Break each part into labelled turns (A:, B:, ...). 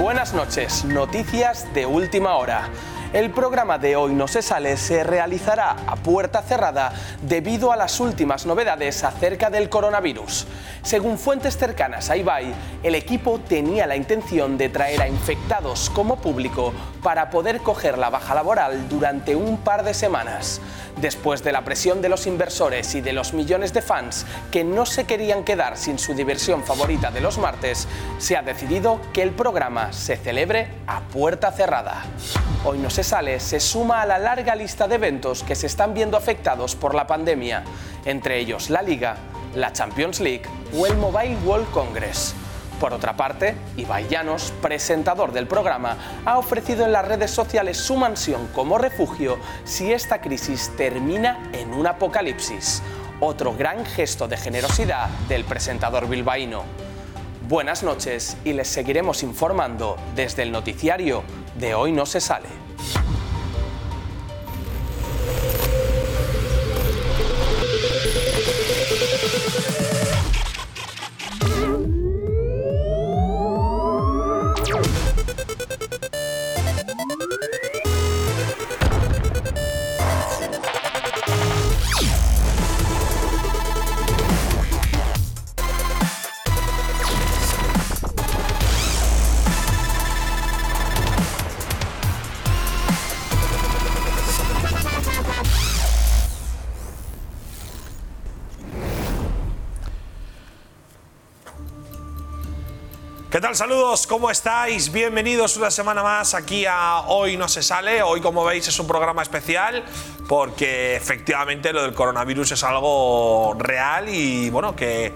A: Buenas noches, noticias de última hora. El programa de hoy no se sale se realizará a puerta cerrada debido a las últimas novedades acerca del coronavirus. Según fuentes cercanas a Ibai, el equipo tenía la intención de traer a infectados como público para poder coger la baja laboral durante un par de semanas. Después de la presión de los inversores y de los millones de fans que no se querían quedar sin su diversión favorita de los martes, se ha decidido que el programa se celebre a puerta cerrada. Hoy no se sale se suma a la larga lista de eventos que se están viendo afectados por la pandemia, entre ellos la Liga, la Champions League o el Mobile World Congress. Por otra parte, Ibai Llanos, presentador del programa, ha ofrecido en las redes sociales su mansión como refugio si esta crisis termina en un apocalipsis. Otro gran gesto de generosidad del presentador bilbaíno. Buenas noches y les seguiremos informando desde el noticiario de Hoy No Se Sale.
B: ¿Qué tal? Saludos, ¿cómo estáis? Bienvenidos una semana más aquí a Hoy No Se Sale. Hoy, como veis, es un programa especial porque efectivamente lo del coronavirus es algo real y bueno, que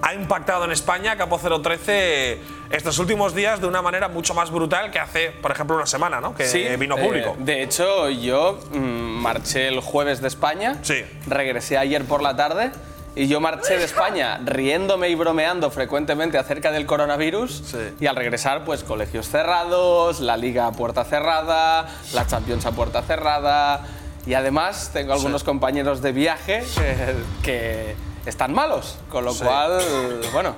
B: ha impactado en España, Capo 013, estos últimos días de una manera mucho más brutal que hace, por ejemplo, una semana, ¿no? Que vino
A: eh,
B: público.
A: de hecho, yo mm, marché el jueves de España.
B: Sí.
A: Regresé ayer por la tarde. Y yo marché de España riéndome y bromeando frecuentemente acerca del coronavirus.
B: Sí.
A: Y al regresar, pues colegios cerrados, la liga a puerta cerrada, la Champions a puerta cerrada. Y además tengo algunos compañeros de viaje eh, que, están malos. Con lo
B: Sí.
A: cual, eh, bueno.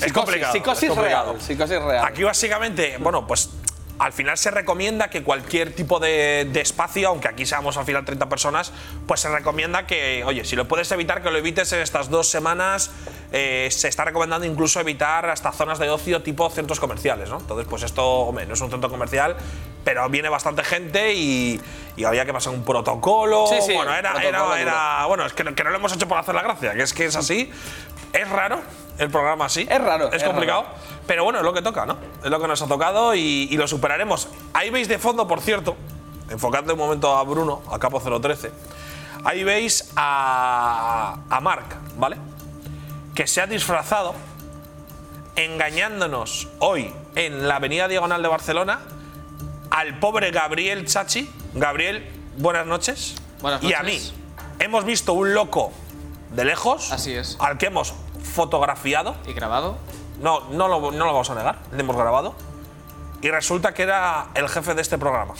B: Es complicado,
A: Psicosis
B: es complicado.
A: real. Psicosis real.
B: Aquí básicamente, bueno, pues al final se recomienda que cualquier tipo de, de espacio, aunque aquí seamos al final 30 personas, pues se recomienda que, oye, si lo puedes evitar, que lo evites en estas dos semanas. Eh, se está recomendando incluso evitar hasta zonas de ocio tipo centros comerciales, ¿no? Entonces, pues esto, hombre, no es un centro comercial, pero viene bastante gente y, y había que pasar un protocolo.
A: Sí, sí,
B: bueno, era,
A: protocolo
B: era, era- Ah, bueno, es que no, que no lo hemos hecho por hacer la gracia, que es que es así. Es raro el programa así.
A: Es raro,
B: Es
A: es
B: complicado.
A: raro.
B: Pero bueno, es lo que toca, ¿no? Es lo que nos ha tocado y, y lo superaremos. Ahí veis de fondo, por cierto, enfocando un momento a Bruno, a Capo 013. Ahí veis a, a Mark, ¿vale? Que se ha disfrazado engañándonos hoy en la Avenida Diagonal de Barcelona al pobre Gabriel Chachi. Gabriel, buenas noches.
C: Buenas
B: Y a mí.
C: noches.
B: Hemos visto un loco de lejos.
C: Así es.
B: Al que hemos fotografiado.
C: y grabado.
B: No, no lo, no lo vamos a negar, le hemos grabado. Y resulta que era el jefe de este programa.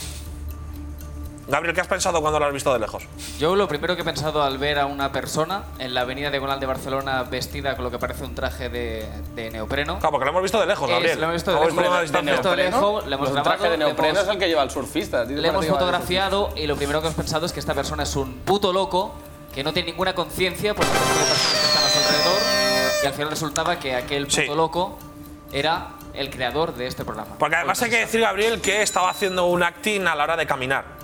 B: Gabriel, ¿qué has pensado cuando lo has visto de lejos?
C: Yo lo primero que he pensado al ver a una persona en la avenida diagonal de Barcelona vestida con lo que parece un traje de, de neopreno.
B: Claro, porque lo hemos visto de lejos, Gabriel.
C: Es- lo hemos visto de
B: Lo
C: lejos,
B: a
C: de
B: distancia.
C: lejos.
A: ¿Neopreno?
C: lejos, le hemos
A: Pues un
C: grabado,
A: traje de
C: le
A: neopreno
C: hemos-
A: es el que lleva el surfista. ¿A ti te
C: Le hemos
A: parece que va de
C: fotografiado y lo primero que hemos pensado es que esta persona es un puto loco que no tiene ninguna conciencia por la cantidad de personas que están a su alrededor. Y al final resultaba que aquel puto
B: Sí.
C: loco era el creador de este programa.
B: Porque además hay que decir, Gabriel, que estaba haciendo un acting a la hora de caminar.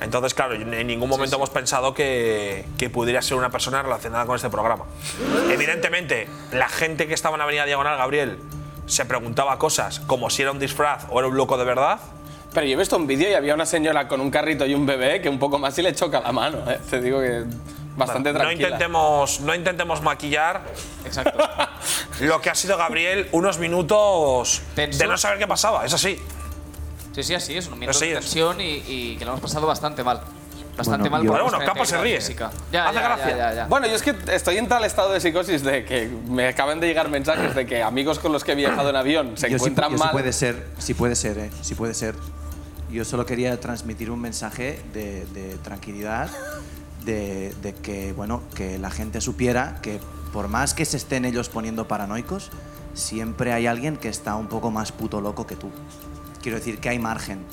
B: Entonces, claro, en ningún momento hemos pensado que, que pudiera ser una persona relacionada con este programa. Evidentemente, la gente que estaba en Avenida Diagonal, Gabriel, se preguntaba cosas como si era un disfraz o era un loco de verdad.
A: Pero yo he visto un vídeo y había una señora con un carrito y un bebé que un poco más y le choca la mano. ¿eh? Te digo que bastante
B: no,
A: tranquila.
B: intentemos, no intentemos maquillar
C: Exacto.
B: lo que ha sido Gabriel unos minutos
C: Tensos.
B: de no saber qué pasaba. Es así.
C: Sí, sí, así es. Un minuto
B: Así
C: de
B: es.
C: tensión y, y que lo hemos pasado bastante mal. Bastante mal.
B: yo-
C: por
B: Pero bueno,
C: nuestra
B: Capo se
C: integridad
B: ríe.
C: física. Ya,
B: Hace
C: ya,
B: gracia.
C: ya, ya, ya.
A: Bueno, yo es que estoy en tal estado de psicosis de que me acaban de llegar mensajes de que amigos con los que he viajado en avión se
D: Yo sí-
A: encuentran
D: yo sí
A: mal.
D: puede ser, si puede ser, eh, sí puede ser. Yo solo quería transmitir un mensaje de, de tranquilidad, de, de que bueno, que la gente supiera que por más que se estén ellos poniendo paranoicos, siempre hay alguien que está un poco más puto loco que tú. Quiero decir que hay margen,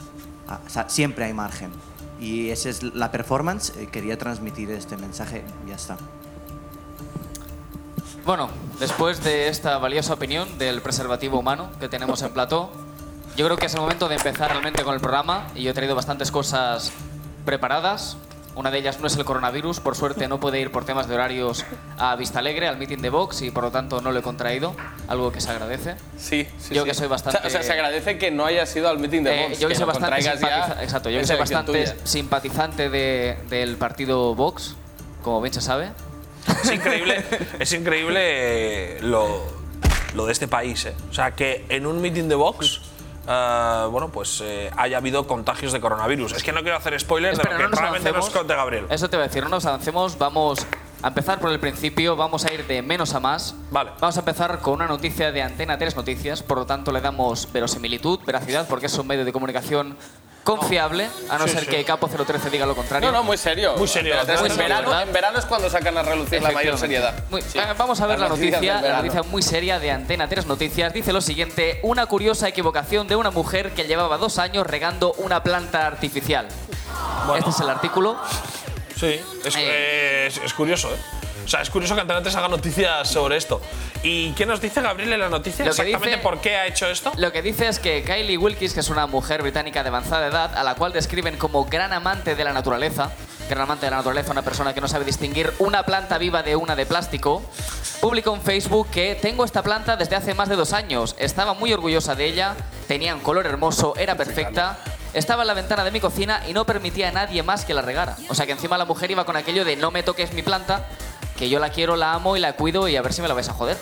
D: Ah, o sea, siempre hay margen. Y esa es la performance, eh, quería transmitir este mensaje, ya está.
C: Bueno, después de esta valiosa opinión del preservativo humano que tenemos en plató, yo creo que es el momento de empezar realmente con el programa y yo he traído bastantes cosas preparadas. Una de ellas no es el coronavirus, por suerte no puede ir por temas de horarios a Vista Alegre, al meeting de Vox y por lo tanto no lo he contraído, algo que se agradece.
A: Sí, sí,
C: Yo
A: sí. O
C: que soy
A: sea- O
C: bastante-
A: sea, se agradece que no hayas ido al meeting de
C: Eh,
A: Vox.
C: yo que soy
A: lo
C: bastante,
A: contraigas
C: simpatiza-
A: ya
C: exacto, yo que
A: es
C: soy
A: elección
C: bastante
A: tuya.
C: simpatizante de- del partido Vox, como bien se sabe.
B: Es increíble, es increíble eh, lo, lo de este país. eh. O sea, que en un meeting de Vox. eh, bueno, pues eh, haya habido contagios de coronavirus. Es que no quiero hacer spoilers de lo
C: Espera,
B: que
C: no nos
B: realmente nos
C: avancemos.
B: conte Gabriel.
C: Eso te voy a decir, no nos avancemos, vamos a empezar por el principio, vamos a ir de menos a más.
B: Vale.
C: Vamos a empezar con una noticia de Antena 3 Noticias, por lo tanto le damos verosimilitud, veracidad, porque es un medio de comunicación confiable, a no
B: Sí,
C: ser
B: sí.
C: que Capo 013 diga lo contrario.
A: No, no, muy serio.
B: Muy serio,
A: Espérate,
B: muy
A: en,
B: serio,
A: verano,
C: ¿verdad?
A: en verano es cuando sacan a relucir la mayor seriedad.
C: Efectivamente. Muy-
A: Sí.
C: Ah, Vamos a ver
A: Las
C: la
A: noticias
C: noticia,
A: del
C: la
A: verano.
C: noticia muy seria de Antena 3 Noticias. Dice lo siguiente, una curiosa equivocación de una mujer que llevaba dos años regando una planta artificial.
B: Bueno.
C: Este es el artículo.
B: Sí, es,
C: Eh.
B: eh, es- es curioso, ¿eh? O sea, es curioso que Antena 3 haga noticias sobre esto. ¿Y qué nos dice Gabriel en la noticia?
C: Lo que
B: Exactamente
C: dice-
B: por qué ha hecho esto.
C: Lo que dice es que Kylie Wilkins, que es una mujer británica de avanzada edad, a la cual describen como gran amante de la naturaleza, gran amante de la naturaleza, una persona que no sabe distinguir una planta viva de una de plástico, publicó en Facebook que tengo esta planta desde hace más de dos años, estaba muy orgullosa de ella, tenía un color hermoso, era perfecta. Estaba en la ventana de mi cocina y no permitía a nadie más que la regara. O sea que encima la mujer iba con aquello de no me toques mi planta, que yo la quiero, la amo y la cuido y a ver si me la vais a joder.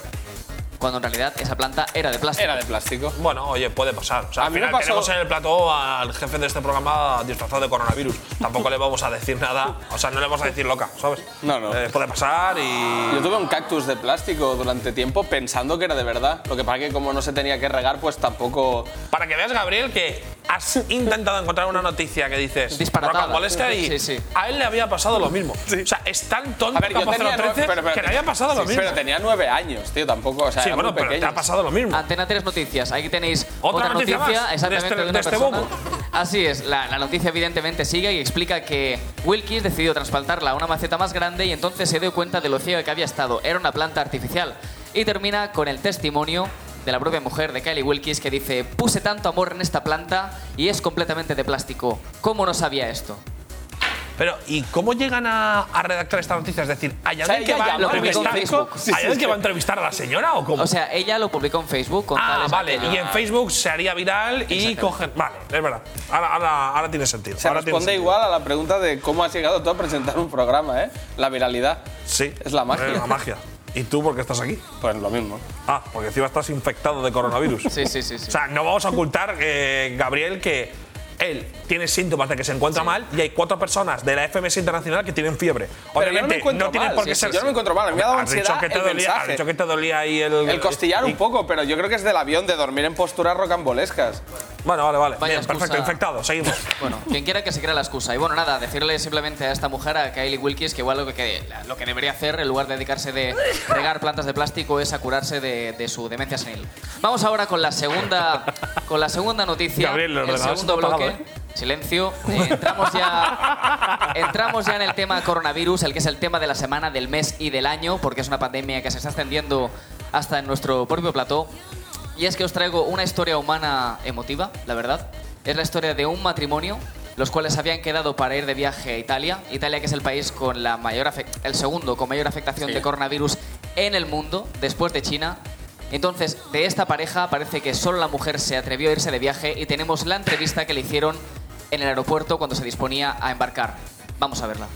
C: Cuando en realidad esa planta era de plástico.
A: Era de plástico.
B: Bueno, oye, puede pasar. O sea,
A: A
B: al
A: mí me
B: final
A: pasó-
B: tenemos en el plató al jefe de este programa disfrazado de coronavirus. Tampoco le vamos a decir nada. O sea, no le vamos a decir loca, ¿sabes?
A: No, no.
B: Eh, puede pasar y.
A: Yo tuve un cactus de plástico durante tiempo pensando que era de verdad. Lo que pasa que como no se tenía que regar, pues tampoco...
B: Para que veas, Gabriel, que has intentado encontrar una noticia que dices.
C: Disparatada.
B: molesta y
C: Sí, sí.
B: a él le había pasado lo mismo. O sea, es tan tonto
A: A ver, yo
B: Capo
A: tenía...
B: 013
A: nueve- pero- pero-
B: que le había pasado lo
A: sí,
B: mismo.
A: Pero tenía nueve años, tío, tampoco. O sea,
B: sí,
A: era
B: bueno,
A: muy
B: pero te
A: pequeño.
B: ha pasado lo mismo.
C: Antena 3 Noticias. Aquí tenéis
B: Otra
C: otra,
B: noticia
C: noticia,
B: más de
C: exactamente
B: este-
C: de,
B: de
C: una
B: este
C: persona.
B: bobo.
C: Así es, la, la noticia evidentemente sigue y explica que Wilkins decidió trasplantarla a una maceta más grande y entonces se dio cuenta de lo ciega que había estado. Era una planta artificial. Y termina con el testimonio de la propia mujer de Kylie Wilkins que dice, puse tanto amor en esta planta y es completamente de plástico. ¿Cómo no sabía esto?
B: Pero, ¿y cómo llegan a, a redactar esta noticia? Es decir, ¿hay
A: sea,
B: alguien que
A: ella
B: va a
A: llama,
C: lo publicó en
B: entrevistar,
C: Facebook.
B: ¿hay alguien que va a entrevistar a la señora o cómo?
C: O sea, ella lo publicó en Facebook con
B: ah,
C: tales
B: vale.
C: aquellos-
B: Y en Facebook se haría viral y
C: Exactamente.
B: cogen. Vale, es verdad. Ahora, ahora- ahora tiene sentido.
A: Se
B: ahora tiene
A: responde
B: sentido.
A: igual a la pregunta de cómo has llegado tú a presentar un programa, ¿eh? La viralidad.
B: Sí.
A: Es la magia.
B: Es la magia. ¿Y tú por qué estás aquí?
A: Pues lo mismo.
B: Ah, porque encima estás infectado de coronavirus.
C: Sí, sí, sí. sí.
B: O sea, no vamos a ocultar, eh, Gabriel, que él tiene síntomas de que se encuentra mal y hay cuatro personas de la FMS Internacional que tienen fiebre.
A: Pero yo no me encuentro
B: no tienes
A: mal,
B: por qué
A: sí,
B: ser.
A: sí, yo no me encuentro mal, me ha dado
B: Has dicho
A: ansiedad
B: que te
A: el
B: dolía- Has
A: mensaje.
B: dicho que te dolía ahí el.
A: El costillar
B: y-
A: un poco, pero yo creo que es del avión, de dormir en posturas rocambolescas.
B: Bueno, vale, vale.
C: Vaya
B: Bien,
C: excusa.
B: perfecto, infectado. Seguimos.
C: Bueno, quien quiera que se crea la excusa. Y bueno, nada, decirle simplemente a esta mujer, a Kylie Wilkins, que igual lo que, lo que debería hacer en lugar de dedicarse de regar plantas de plástico es a curarse de, de su demencia senil. Vamos ahora con la segunda, con la segunda noticia.
B: Gabriel, el
C: el
B: ordenador
C: segundo
B: está apagado,
C: bloque. Silencio. Eh, entramos, ya, entramos ya en el tema coronavirus, el que es el tema de la semana, del mes y del año, porque es una pandemia que se está extendiendo hasta en nuestro propio plató. Y es que os traigo una historia humana emotiva, la verdad. Es la historia de un matrimonio, los cuales habían quedado para ir de viaje a Italia. Italia, que es el país con la mayor afec- el segundo con mayor afectación
A: Sí.
C: de coronavirus en el mundo, después de China. Entonces, de esta pareja parece que solo la mujer se atrevió a irse de viaje y tenemos la entrevista que le hicieron en el aeropuerto cuando se disponía a embarcar. Vamos a verla.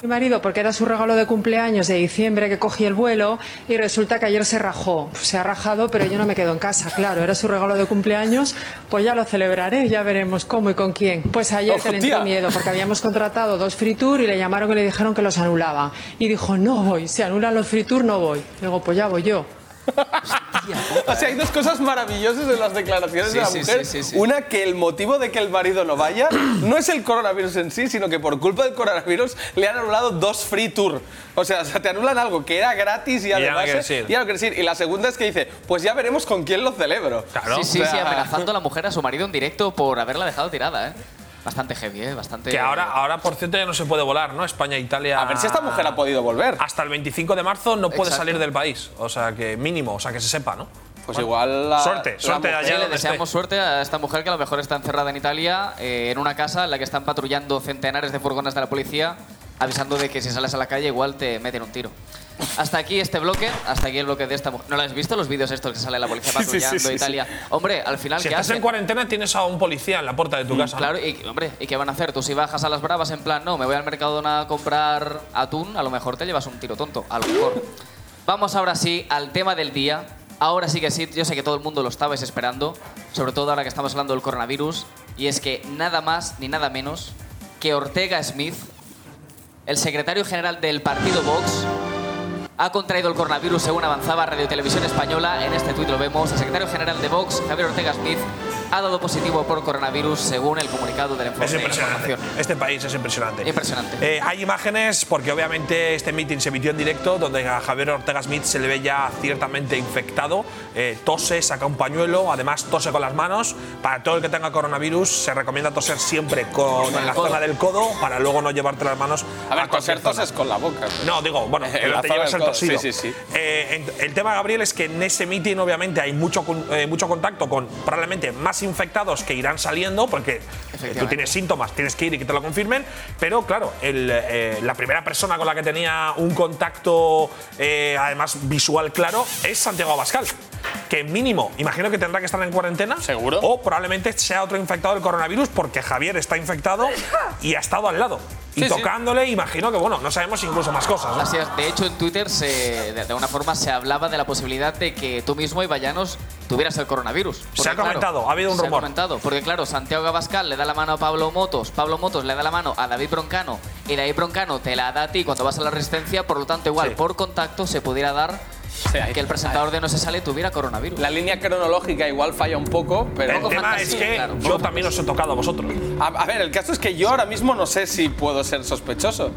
E: Mi marido, porque era su regalo de cumpleaños de diciembre que cogí el vuelo y resulta que ayer se rajó. Se ha rajado, pero yo no me quedo en casa, claro. Era su regalo de cumpleaños, pues ya lo celebraré, ya veremos cómo y con quién. Pues ayer
A: ¡Ojo,
E: que le entró
A: tía!
E: miedo, porque habíamos contratado dos free tour y le llamaron y le dijeron que los anulaban. Y dijo, no voy, si anulan los free tour no voy. Luego, pues ya voy yo.
A: O sea, hay dos cosas maravillosas en las declaraciones
C: Sí,
A: de la
C: sí,
A: mujer.
C: sí, sí, sí.
A: Una, que el motivo de que el marido no vaya no es el coronavirus en sí, sino que por culpa del coronavirus le han anulado dos free tour. O sea, se te anulan algo que era gratis y
B: ya no
A: además.
B: quiere decir.
A: ya no quiere decir. Y la segunda es que dice, pues ya veremos con quién lo celebro.
B: Claro.
C: Sí, sí,
A: O sea-
C: sí, amenazando a la mujer a su marido en directo por haberla dejado tirada, ¿eh? Bastante heavy, ¿eh? Bastante.
B: Que ahora, ahora, por cierto, ya no se puede volar, ¿no? España, Italia.
A: este A ver si esta mujer ha podido volver.
B: Hasta el 25 de marzo no puede
C: Exacto.
B: salir del país. O sea, que mínimo, o sea, que se sepa, ¿no?
A: Pues igual. la-
B: Suerte,
A: la
B: suerte
A: mujer-
C: Sí,
B: allá
C: le
B: donde
C: deseamos
B: esté.
C: suerte a esta mujer que a lo mejor está encerrada en Italia, eh, en una casa en la que están patrullando centenares de furgones de la policía, avisando de que si sales a la calle igual te meten un tiro. Hasta aquí este bloque, hasta aquí el bloque de esta mujer. ¿No lo has visto los vídeos estos que sale la policía
A: Sí, sí, sí,
C: patrullando
A: sí, sí.
C: Italia? Hombre, al final,
B: Si
C: ¿qué
B: estás
C: hacen?
B: en cuarentena, tienes a un policía en la puerta
A: Mm,
B: de tu casa. ¿no?
C: Mm, Claro, y, hombre, ¿y qué van a hacer? Tú si bajas a las bravas en plan, no, me voy al Mercadona a comprar atún, a lo mejor te llevas un tiro tonto, a lo mejor. Vamos ahora sí al tema del día. Ahora sí que sí, yo sé que todo el mundo lo estabais esperando, sobre todo ahora que estamos hablando del coronavirus, y es que nada más ni nada menos que Ortega Smith, el secretario general del partido Vox, ha contraído el coronavirus según avanzaba Radio Televisión Española. En este tuit lo vemos. El secretario general de Vox, Javier Ortega Smith, ha dado positivo por coronavirus según el comunicado del informe
B: Es
C: de la
B: impresionante.
C: información.
B: Este país es impresionante.
C: Impresionante.
B: Eh, hay imágenes, porque obviamente este meeting se emitió en directo, donde a Javier Ortega Smith se le ve ya ciertamente infectado. Eh, tose, saca un pañuelo, además tose con las manos. Para todo el que tenga coronavirus, se recomienda toser siempre con
C: Con el
B: en la
C: codo.
B: zona del codo para luego no llevarte las manos.
A: A ver, toser
B: cualquier zona.
A: toses con la boca.
B: No, digo, bueno,
A: En
B: que
A: la
B: no te
A: zona
B: lleves
A: del
B: el
A: codo,
B: torcido.
A: sí, sí, sí.
B: Eh, en- el tema, Gabriel, es que en ese meeting, obviamente, hay mucho, con- eh, mucho contacto con probablemente más infectados que irán saliendo, porque eh, tú
C: Efectivamente.
B: tienes síntomas, tienes que ir y que te lo confirmen. Pero claro, el, eh, la primera persona con la que tenía un contacto, eh, además visual claro, es Santiago Abascal. Que mínimo, imagino que tendrá que estar en cuarentena.
A: Seguro.
B: O probablemente sea otro infectado del coronavirus, porque Javier está infectado y ha estado al lado. Y
A: Sí, sí.
B: tocándole, imagino que, bueno, no sabemos incluso más cosas. ¿no?
C: Así es. De hecho, en Twitter, se, de, de una forma, se hablaba de la posibilidad de que tú mismo y Vallanos tuvieras el coronavirus.
B: Se ha comentado, ha habido un
C: se
B: rumor.
C: comentado, porque claro, Santiago Abascal le da la mano a Pablo Motos, Pablo Motos le da la mano a David Broncano y David Broncano te la da a ti cuando vas a la resistencia, por lo tanto, igual,
B: Sí.
C: por contacto se pudiera dar
A: ahí-
C: que el presentador de No se sale tuviera coronavirus.
A: La línea cronológica igual falla un poco, pero.
B: El tema es que
C: claro,
B: yo también os he tocado a vosotros.
A: A, a ver, el caso es que yo ahora mismo no sé si puedo ser sospechoso.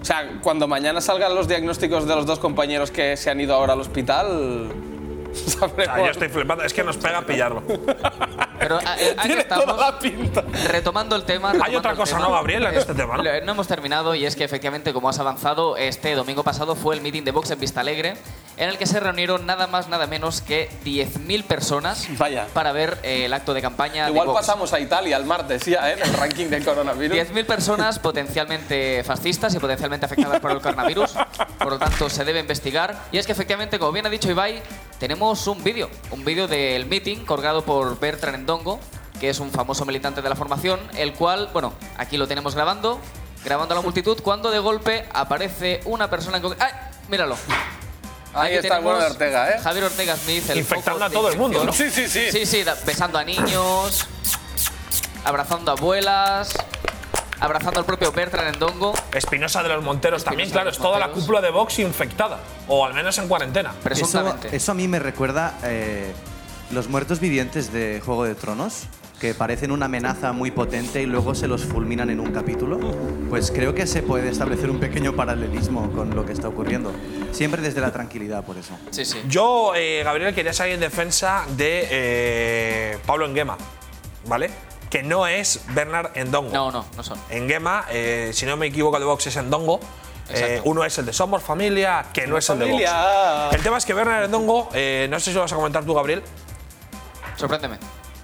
A: O sea, cuando mañana salgan los diagnósticos de los dos compañeros que se han ido ahora al hospital,
B: O sea,
A: sabremos.
B: yo Ah, estoy flipando, es que nos pega pillarlo.
C: Pero a- eh, aquí
A: Tiene
C: estamos.
A: toda la pinta.
C: Retomando el tema.
B: Hay otra cosa, ¿no, Gabriel,
C: Gabriela,
B: en este tema, ¿no?
C: No hemos terminado y es que efectivamente, como has avanzado, este domingo pasado fue el meeting de Vox en Vistalegre, en el que se reunieron nada más, nada menos que 10.000 personas
A: Vaya.
C: para ver eh, el acto de campaña
A: Igual
C: de Vox.
A: pasamos a Italia el martes ya, ¿eh? En el ranking del coronavirus.
C: 10.000 personas potencialmente fascistas y potencialmente afectadas por el coronavirus. Por lo tanto, se debe investigar. Y es que efectivamente, como bien ha dicho Ibai, tenemos un vídeo. Un vídeo del meeting colgado por Bertrand Endongo, que es un famoso militante de la formación, el cual, bueno, aquí lo tenemos grabando, grabando a la multitud, cuando de golpe aparece una persona en concreto. ¡Ay! Míralo.
A: Ahí
C: Aquí
A: está el bueno de
C: tenemos
A: Ortega, ¿eh?
C: Javier Ortega Smith, el
B: Infectando
C: foco
B: a
C: de
B: todo el mundo,
C: infección.
B: ¿no?
A: Sí, sí, sí.
C: Sí, sí, da- besando a niños, abrazando a abuelas, abrazando al propio Bertrand Endongo.
B: Espinosa de los Monteros también,
C: de
B: claro,
C: los
B: es toda la
C: Monteros.
B: cúpula de Vox infectada, o al menos en cuarentena.
D: Eso,
C: Presuntamente.
D: eso a mí me recuerda eh, los muertos vivientes de Juego de Tronos, que parecen una amenaza muy potente y luego se los fulminan en un capítulo. Pues creo que se puede establecer un pequeño paralelismo con lo que está ocurriendo. Siempre desde la tranquilidad, por eso.
C: Sí, sí.
B: Yo, eh, Gabriel, quería salir en defensa de eh, Pablo Enguema, ¿vale? Que no es Bernard Endongo.
C: No, no, no son.
B: Enguema, eh, si no me equivoco, de Vox es Endongo.
C: Exacto.
B: Eh, uno es el de Somos Familia, que no es el de Vox.
A: Familia.
B: El tema es que Bernard Endongo, eh, no sé si lo vas a comentar tú, Gabriel,
C: Sorpréndeme.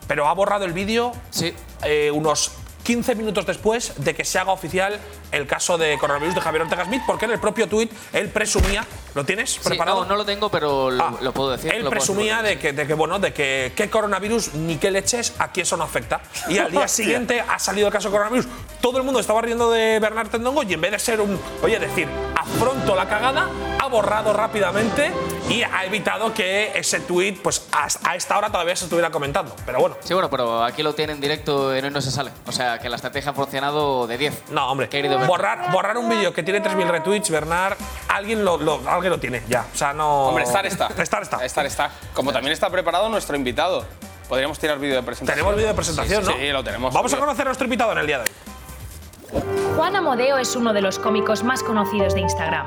B: pero ha borrado el vídeo
C: Sí.
B: eh, unos 15 minutos después de que se haga oficial el caso de coronavirus de Javier Ortega Smith, porque en el propio tuit él presumía, ¿lo tienes
C: Sí,
B: preparado?
C: no, no lo tengo, pero lo,
B: Ah,
C: lo puedo decir.
B: Él
C: lo puedo
B: presumía
C: asegurar.
B: de que, de que, bueno, de que qué coronavirus ni qué leches, aquí eso no afecta. Y al día siguiente ha salido el caso de coronavirus. Todo el mundo estaba riendo de Bernard Tendongo y en vez de ser un, oye, decir, afronto la cagada, ha borrado rápidamente y ha evitado que ese tweet, pues as- a esta hora todavía se estuviera comentando. Pero bueno,
C: Sí, bueno, pero aquí lo tienen directo en hoy no se sale. O sea, que la estrategia ha funcionado de 10.
B: no, hombre.
C: Querido Bernard.
B: borrar, borrar un vídeo que tiene 3.000 retweets, Bernard, alguien lo, lo- alguien lo tiene ya. O sea, no.
A: Hombre, estar está.
B: Estar está.
A: Estar está. Como también está preparado nuestro invitado. Podríamos tirar vídeo de presentación.
B: Tenemos vídeo de presentación,
A: Sí,
B: ¿no?
A: sí, lo tenemos.
B: Vamos a conocer a nuestro invitado en el día de hoy.
F: Juan Amodeo es uno de los cómicos más conocidos de Instagram.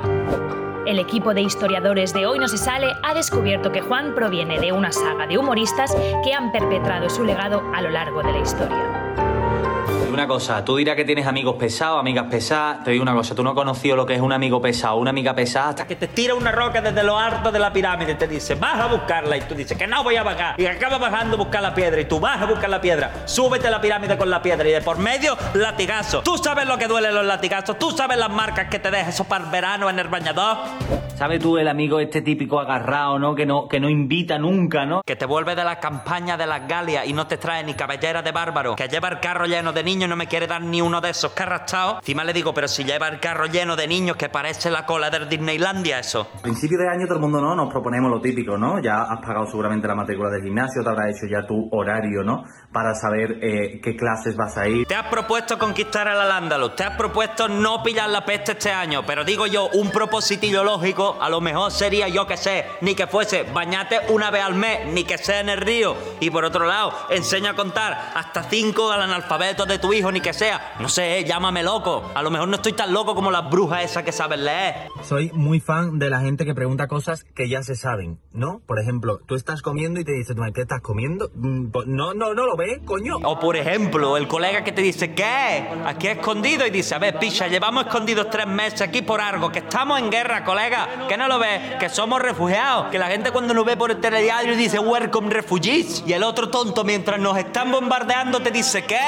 F: El equipo de historiadores de Hoy No Se Sale ha descubierto que Juan proviene de una saga de humoristas que han perpetrado su legado a lo largo de la historia.
G: Te digo Una cosa, tú dirás que tienes amigos pesados, amigas pesadas. Te digo una cosa, tú no has conocido lo que es un amigo pesado, una amiga pesada. hasta
H: que te tira una roca desde lo alto de la pirámide, te dice, vas a buscarla, y tú dices, que no voy a bajar, y acaba bajando a buscar la piedra, y tú vas a buscar la piedra, súbete a la pirámide con la piedra, y de por medio, latigazo. Tú sabes lo que duelen los latigazos, tú sabes las marcas que te deja eso para el verano en el bañador,
G: que- ¿Sabes tú el amigo este típico agarrado, no? Que no, que no invita nunca, ¿no?
H: que te vuelve de la campaña de las Galias y no te trae ni cabellera de bárbaro, que lleva el carro lleno de niños y no me quiere dar ni uno de esos carrachados. Encima le digo, pero si lleva el carro lleno de niños, que parece la cola del Disneylandia eso.
I: A principio de año todo el mundo no nos proponemos lo típico, ¿no? Ya has pagado seguramente la matrícula del gimnasio, te habrás hecho ya tu horario, ¿no? Para saber eh, qué clases vas a ir.
H: Te has propuesto conquistar el Al-Ándalus, te has propuesto no pillar la peste este año, pero digo yo, un propositillo lógico a lo mejor sería, yo que sé, ni que fuese bañate una vez al mes, ni que sea en el río. Y por otro lado, enseña a contar hasta cinco al analfabeto de tu hijo, ni que sea, no sé, eh, llámame loco. A lo mejor no estoy tan loco como las brujas esas que saben leer.
I: Soy muy fan de la gente que pregunta cosas que ya se saben, ¿no? Por ejemplo, tú estás comiendo y te dices, ¿qué estás comiendo? Mm, pues, No, no, no lo ves, coño.
H: O por ejemplo, el colega que te dice, ¿qué? Aquí escondido y dice, a ver, picha, llevamos escondidos tres meses aquí por algo, que estamos en guerra, colega, que no lo ves, que somos refugiados, que la gente cuando nos ve por el telediario dice, welcome refugees, y el otro tonto mientras nos están bombardeando te dice, ¿qué?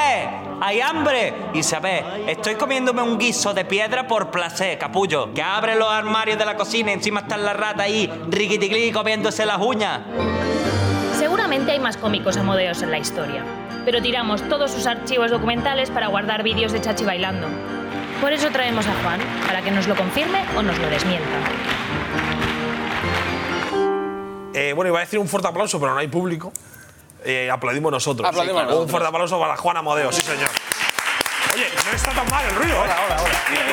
H: Hay hambre. Y sabes, estoy comiéndome un guiso de piedra por placer, capullo. Que abre los armarios de la cocina, encima están las ratas ahí, riquiticlí comiéndose las uñas.
F: Seguramente hay más cómicos Amodeos en la historia, pero tiramos todos sus archivos documentales para guardar vídeos de Chachi bailando. Por eso traemos a Juan, para que nos lo confirme o nos lo desmienta.
B: Eh, bueno, iba a decir un fuerte aplauso, pero no hay público. Eh, aplaudimos nosotros.
A: Aplaudimos
B: Sí, claro.
A: nosotros.
B: Un fuerte aplauso para Juan Amodeo, sí, señor. Oye, no está tan mal el ruido, hola, Hola,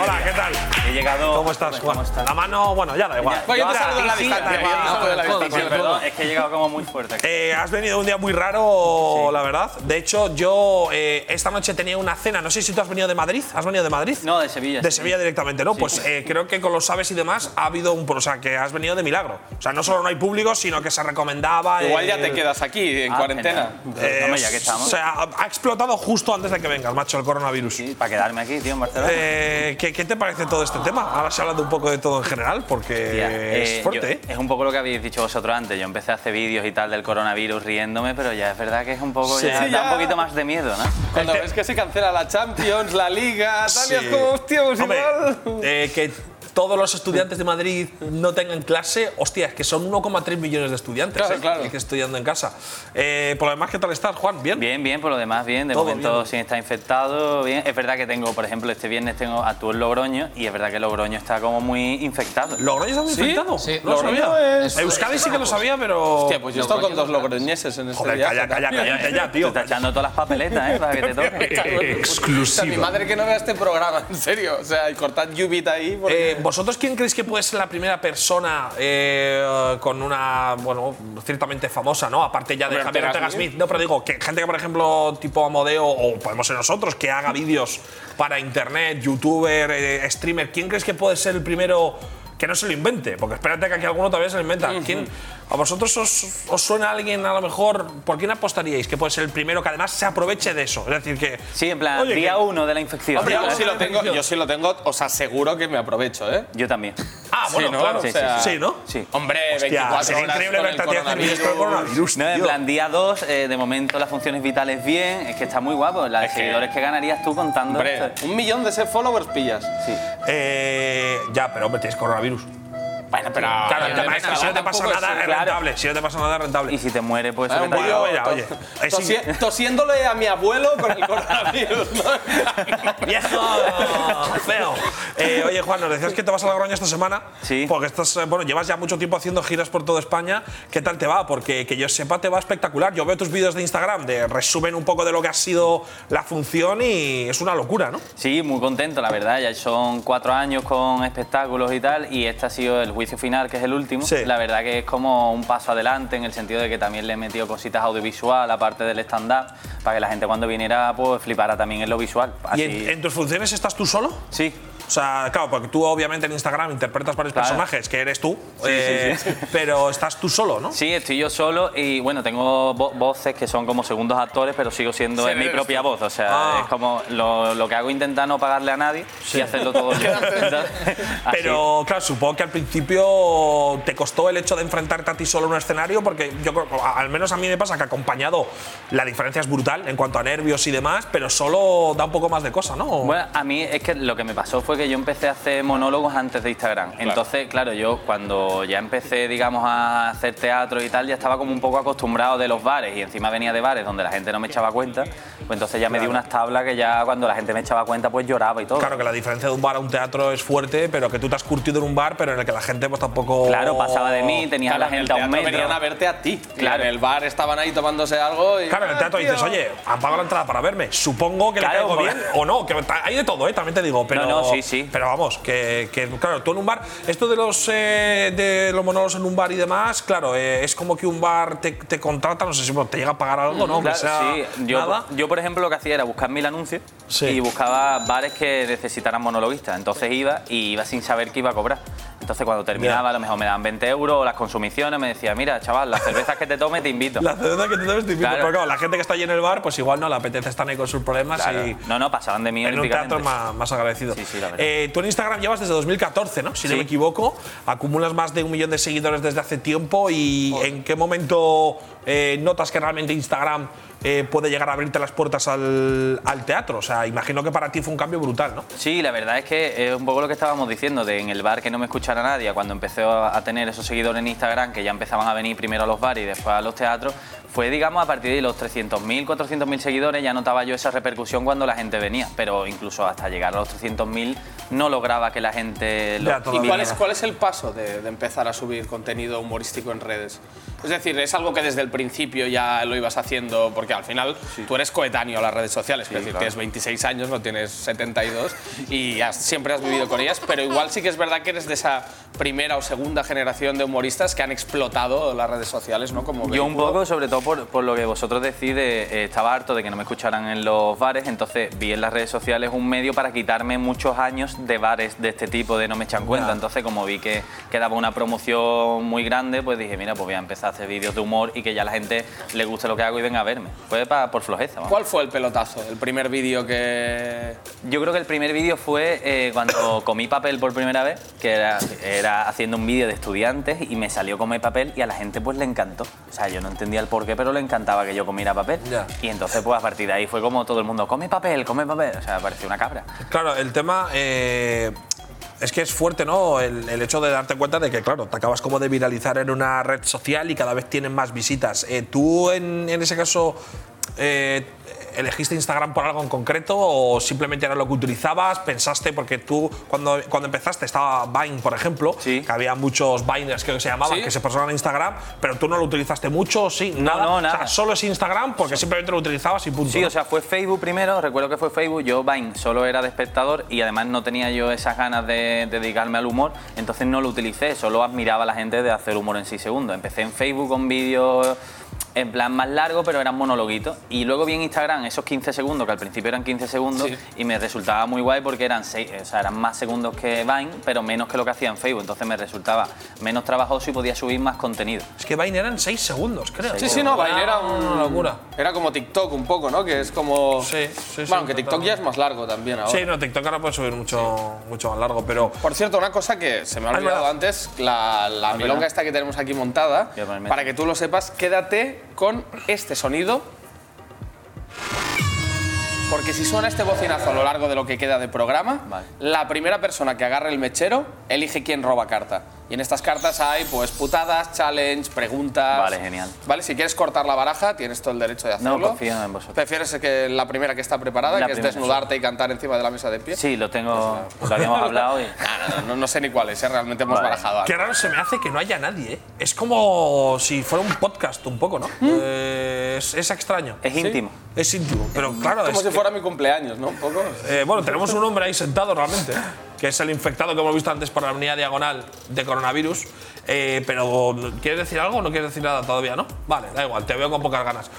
B: hola. ¿qué tal?
I: He llegado.
B: ¿Cómo estás, Juan? La mano, bueno, ya da igual.
A: Bueno, yo te
B: Ahora,
A: saludo a la
B: sí,
A: distancia. Yo te
B: va.
A: saludo a la
C: todo,
A: distancia,
C: con
A: perdón.
I: es que he llegado como muy fuerte.
B: Eh, has venido un día muy raro, la verdad. De hecho, yo eh, esta noche tenía una cena. No sé si tú has venido de Madrid. ¿Has venido de Madrid?
I: No, de Sevilla,
B: De
I: sí.
B: Sevilla directamente, ¿no? Pues eh, creo que con los sabes y demás ha habido un. pro- O sea, que has venido de milagro. O sea, no solo no hay público, sino que se recomendaba.
A: Igual ya
B: el-
A: te quedas aquí en
I: Ah,
A: cuarentena.
I: genial.
B: Eh,
I: Toma ya que estamos.
B: O sea, ha ha explotado justo antes de que vengas, macho, el coronavirus.
I: Sí, para quedarme aquí, tío, en Barcelona.
B: Eh, ¿qué, qué te parece todo este tema? Ahora se habla de un poco de todo en general, porque
I: Tía, eh,
B: es fuerte, ¿eh?
I: yo- es un poco lo que habéis dicho vosotros antes. Yo empecé a hacer vídeos y tal del coronavirus riéndome, pero ya es verdad que es un poco.
A: Sí,
I: ya,
A: sí, ya.
I: da un poquito más de miedo, ¿no?
A: Cuando
B: Este-
A: ves que se cancela la Champions, la Liga, tal y
B: Sí.
A: es como, hostia, pues
B: Hombre,
A: igual.
B: eh, que todos los estudiantes de Madrid no tengan clase, hostia, es que son 1,3 millones de estudiantes
A: Claro,
B: eh,
A: claro.
B: que estudiando en casa. Eh, por lo demás, ¿qué tal estás, Juan? ¿Bien?
I: Bien, bien, por lo demás, bien. De
B: Todo
I: momento,
B: bien.
I: sin estar infectado, bien. Es verdad que tengo, por ejemplo, este viernes tengo actúo en Logroño y es verdad que Logroño está como muy infectado.
B: ¿Logroño está muy
A: ¿Sí?
B: infectado?
C: Sí.
B: No lo
A: Logroño
B: sabía.
C: es-
B: Euskadi sí que lo sabía, pero.
A: Hostia, pues yo he estado con dos logroñeses en este
B: Joder,
A: viaje.
B: calla, calla,
A: también.
B: cállate ya,
I: Te
B: tío.
I: está echando todas las papeletas, ¿eh? Para que te toque.
A: O sea, mi madre que no vea este programa, en serio. O sea, y cortad Yubita ahí. porque-
B: Eh, ¿Vosotros quién creéis que puede ser la primera persona eh, con una, bueno, ciertamente famosa, ¿no? Aparte ya de
A: Hombre,
B: Javier
A: Ortega
B: Ortega Smith. No, pero digo, que gente que, por ejemplo, tipo Amodeo o podemos ser nosotros, que haga vídeos para internet, youtuber, eh, streamer. ¿Quién crees que puede ser el primero que no se lo invente? Porque espérate que aquí alguno todavía se lo inventa. ¿Quién, ¿A vosotros os, os suena alguien, a lo mejor, por quién apostaríais que puede ser el primero que además se aproveche de eso? Es decir, que.
I: Sí, en plan,
B: Oye,
I: día
B: que-
I: uno de la infección.
A: Hombre, yo
B: Hombre,
A: si, lo tengo, yo si lo tengo, os aseguro que me aprovecho, ¿eh?
I: Yo también.
B: Ah,
A: Sí,
B: bueno,
A: ¿no?
B: claro.
A: O
B: Sí,
A: sea-
B: ¿no?
I: Sí.
A: Hombre,
B: Hostia,
A: 24
B: sería
A: horas
B: increíble
A: con
B: verte a
A: el
B: ti hacer vídeos con el coronavirus.
I: No, en
B: tío.
I: plan, día 2, de momento las funciones vitales bien, es que está muy guapo, las
A: Es que-
I: seguidores que ganarías tú contando.
A: Hombre,
I: esto.
A: un millón de ese followers pillas.
I: Sí.
B: Eh, ya, pero hombre, tienes coronavirus.
A: Bueno, Ah, pero.
B: Claro, el
C: Pero
B: tema es que si no te pasa
A: tampoco es-
B: nada es
A: claro.
B: rentable. Si no te pasa nada es rentable.
I: Y si te muere,
B: Ah,
I: pues
A: Hay
I: se
A: un
I: vete a
A: vídeo
I: la-
B: vaya,
A: to-
B: oye. Es
A: tosi- tosiéndole a mi abuelo con el coronavirus. ¿no?
B: ¡Viejo! ¡Feo! Eh, oye, Juan, nos decías que te vas a la Groña esta semana.
I: Sí.
B: Porque estás, eh, bueno, llevas ya mucho tiempo haciendo giras por toda España. ¿Qué tal te va? Porque que yo sepa, te va espectacular. Yo veo tus vídeos de Instagram, de resumen un poco de lo que ha sido la función y es una locura, ¿no?
I: Sí, muy contento, la verdad. Ya son cuatro años con espectáculos y tal, y este ha sido el juicio final, que es el último.
B: Sí.
I: La verdad que es como un paso adelante en el sentido de que también le he metido cositas audiovisual, aparte del stand-up, para que la gente cuando viniera pues flipara también en lo visual. Así-
B: ¿Y en, en tus funciones estás tú solo?
I: Sí,
B: O sea, claro, porque tú obviamente en Instagram interpretas varios
I: Claro.
B: personajes, que eres tú,
I: Sí,
B: eh,
I: sí, sí.
B: pero estás tú solo, ¿no?
I: sí, estoy yo solo y bueno, tengo vo- voces que son como segundos actores, pero sigo siendo
C: Sí,
I: en mi
C: eres
I: propia voz. O sea,
B: Ah.
I: es como lo, lo que hago intentar no pagarle a nadie y hacerlo todo yo. Así.
B: Pero claro, supongo que al principio te costó el hecho de enfrentarte a ti solo en un escenario, porque yo creo, a- al menos a mí me pasa que acompañado la diferencia es brutal en cuanto a nervios y demás, pero solo da un poco más de cosa, ¿no?
I: Bueno, a mí es que lo que me pasó fue que yo empecé a hacer monólogos antes de Instagram. Entonces, claro, yo cuando ya empecé, digamos, a hacer teatro y tal, ya estaba como un poco acostumbrado de los bares y encima venía de bares donde la gente no me echaba cuenta. Pues entonces ya me di unas tablas que ya cuando la gente me echaba cuenta, pues lloraba y todo.
B: Claro que la diferencia de un bar a un teatro es fuerte, pero que tú te has curtido en un bar, pero en el que la gente pues tampoco.
I: Claro, pasaba de mí, tenía a la
A: Claro, en el
I: gente a un
A: teatro Venían a
I: metro.
A: verte a ti.
I: Claro.
A: Claro. En el bar estaban ahí tomándose algo. Y,
B: Claro, en el teatro
A: Ah,
B: dices,
A: tío.
B: oye, han pagado la entrada para verme. Supongo que
I: Claro,
B: le caigo
I: por-
B: bien o no, que ta- hay de todo, ¿eh? también te digo. Pero,
I: no, sí, sí.
B: Pero vamos, que, que, claro, tú en un bar, esto de los, eh, de los monólogos en un bar y demás, claro, eh, es como que un bar te, te contrata, no sé si bueno, te llega a pagar algo, ¿no? Que
I: Claro,
B: sea
I: sí. Yo,
B: nada.
I: yo, por ejemplo, lo que hacía era buscar mil anuncios
B: Sí.
I: y buscaba bares que necesitaran monologuistas. Entonces iba y iba sin saber que iba a cobrar. Entonces, cuando terminaba,
B: Ya.
I: a lo mejor me daban 20 euros o las consumiciones, me decía, mira, chaval, las cervezas que te tome te invito.
B: La cerveza que te debes te invito,
I: Claro.
B: pero claro, la gente que está allí en el bar, pues igual no le apetece estar ahí con sus problemas
I: Claro.
B: y.
I: No, no, pasaban de mí
B: En un
I: olímpicamente.
B: teatro más, más agradecido.
I: Sí, sí, la verdad.
B: eh, tú en Instagram llevas desde 2014, ¿no? Si no
I: Sí.
B: me equivoco, acumulas más de un millón de seguidores desde hace tiempo y ¿en qué momento eh, notas que realmente Instagram eh, puede llegar a abrirte las puertas al, al teatro? O sea, imagino que para ti fue un cambio brutal, ¿no?
I: Sí, la verdad es que es un poco lo que estábamos diciendo, de en el bar que no me escuchara nadie, cuando empecé a a tener esos seguidores en Instagram, que ya empezaban a venir primero a los bares y después a los teatros, fue, digamos, a partir de los 300.000, 400.000 seguidores, ya notaba yo esa repercusión cuando la gente venía, pero incluso hasta llegar a los 300.000 no lograba que la gente lo
B: Ya, todavía
A: ¿Y cuál es,
B: Mierda.
A: cuál es el paso de, de empezar a subir contenido humorístico en redes? Es decir, es algo que desde el principio ya lo ibas haciendo, porque al final tú eres coetáneo a las redes sociales, es decir, tienes 26 años, no tienes 72 y has- siempre has vivido con ellas, pero igual sí que es verdad que eres de esa primera o segunda generación de humoristas que han explotado las redes sociales, ¿no? Como
I: Yo un
A: vehículo.
I: poco, sobre todo por, por lo que vosotros decís, de, eh, estaba harto de que no me escucharan en los bares, entonces vi en las redes sociales un medio para quitarme muchos años de bares de este tipo, de no me echan cuenta. Entonces, como vi que, que daba una promoción muy grande, pues dije, mira, pues voy a empezar a hacer vídeos de humor y que ya la gente le guste lo que hago y venga a verme. Fue pa- por flojeza, vamos.
A: ¿Cuál fue el pelotazo? El primer vídeo que...
I: Yo creo que el primer vídeo fue eh, cuando comí papel por primera vez, que era, era haciendo un vídeo de estudiantes y me salió comer papel y a la gente pues le encantó. O sea, yo no entendía el por qué, pero le encantaba que yo comiera papel.
B: Ya.
I: Y entonces pues a partir de ahí fue como todo el mundo, come papel, come papel. O sea, parecía una cabra.
B: Claro, el tema eh, es que es fuerte, ¿no? El, el hecho de darte cuenta de que, claro, te acabas como de viralizar en una red social y cada vez tienen más visitas. Eh, ¿Tú en, en ese caso eh, elegiste Instagram por algo en concreto o simplemente era lo que utilizabas? ¿Pensaste porque tú cuando, cuando empezaste estaba Vine, por ejemplo,
I: Sí.
B: que había muchos Viners que se llamaban,
A: Sí.
B: que se pasaban a Instagram, pero tú no lo utilizaste mucho, sí, nada.
I: no,
B: O sea,
I: nada.
B: solo es Instagram porque simplemente lo utilizabas y punto.
I: Sí,
B: ¿no?
I: o sea, fue Facebook primero, recuerdo que fue Facebook, yo Vine solo era de espectador y además no tenía yo esas ganas de, de dedicarme al humor, entonces no lo utilicé, solo admiraba a la gente de hacer humor en sí segundos. Empecé en Facebook con vídeos en plan más largo, pero eran monologuitos. Y luego vi en Instagram esos 15 segundos, que al principio eran 15 segundos,
A: Sí.
I: y me resultaba muy guay porque eran, seis, o sea, eran más segundos que Vine, pero menos que lo que hacía en Facebook, entonces me resultaba menos trabajoso y podía subir más contenido.
B: Es que Vine eran 6 segundos, creo.
A: Sí, sí, no, Vine era
B: una
A: un-
B: locura.
A: Era como TikTok un poco, ¿no? Que es como...
B: Sí, sí, sí,
A: Bueno, aunque TikTok
B: totalmente.
A: ya es más largo también ahora.
B: Sí, no, TikTok ahora puede subir mucho, mucho más largo, pero.
A: Por cierto, una cosa que se me ha
B: Ah, es
A: olvidado
B: verdad.
A: antes, la, la milonga esta que tenemos aquí montada,
I: Voy a ponerme
A: para
I: esto.
A: que tú lo sepas, quédate con este sonido. Porque si suena este bocinazo a lo largo de lo que queda de programa,
I: Vale.
A: la primera persona que agarre el mechero elige quién roba carta. Y en estas cartas hay pues putadas, challenge, preguntas.
I: Vale, genial.
A: Vale, si quieres cortar la baraja, tienes todo el derecho de
I: No,
A: hacerlo.
I: confío en vosotros.
A: Prefieres que la primera que está preparada,
I: La
A: que es
I: primera,
A: desnudarte y cantar encima de la mesa de pie.
I: Sí, lo tengo. Lo habíamos hablado y.
A: No, no, no, no sé ni cuáles, eh, realmente hemos
I: Vale.
A: barajado.
B: Qué
A: antes.
B: raro se me hace que no haya nadie, ¿eh? Es como si fuera un podcast un poco, ¿no? Eh, es, es extraño.
I: Es íntimo.
B: Es íntimo, pero claro,
A: Como
B: es
A: si
B: que-
A: fuera mi cumpleaños, ¿no? Un poco.
B: Eh, bueno, tenemos un hombre ahí sentado realmente, que es el infectado que hemos visto antes por la unidad diagonal de coronavirus. Eh, pero, ¿quieres decir algo o no quieres decir nada todavía, no? Vale, da igual, te veo con pocas ganas.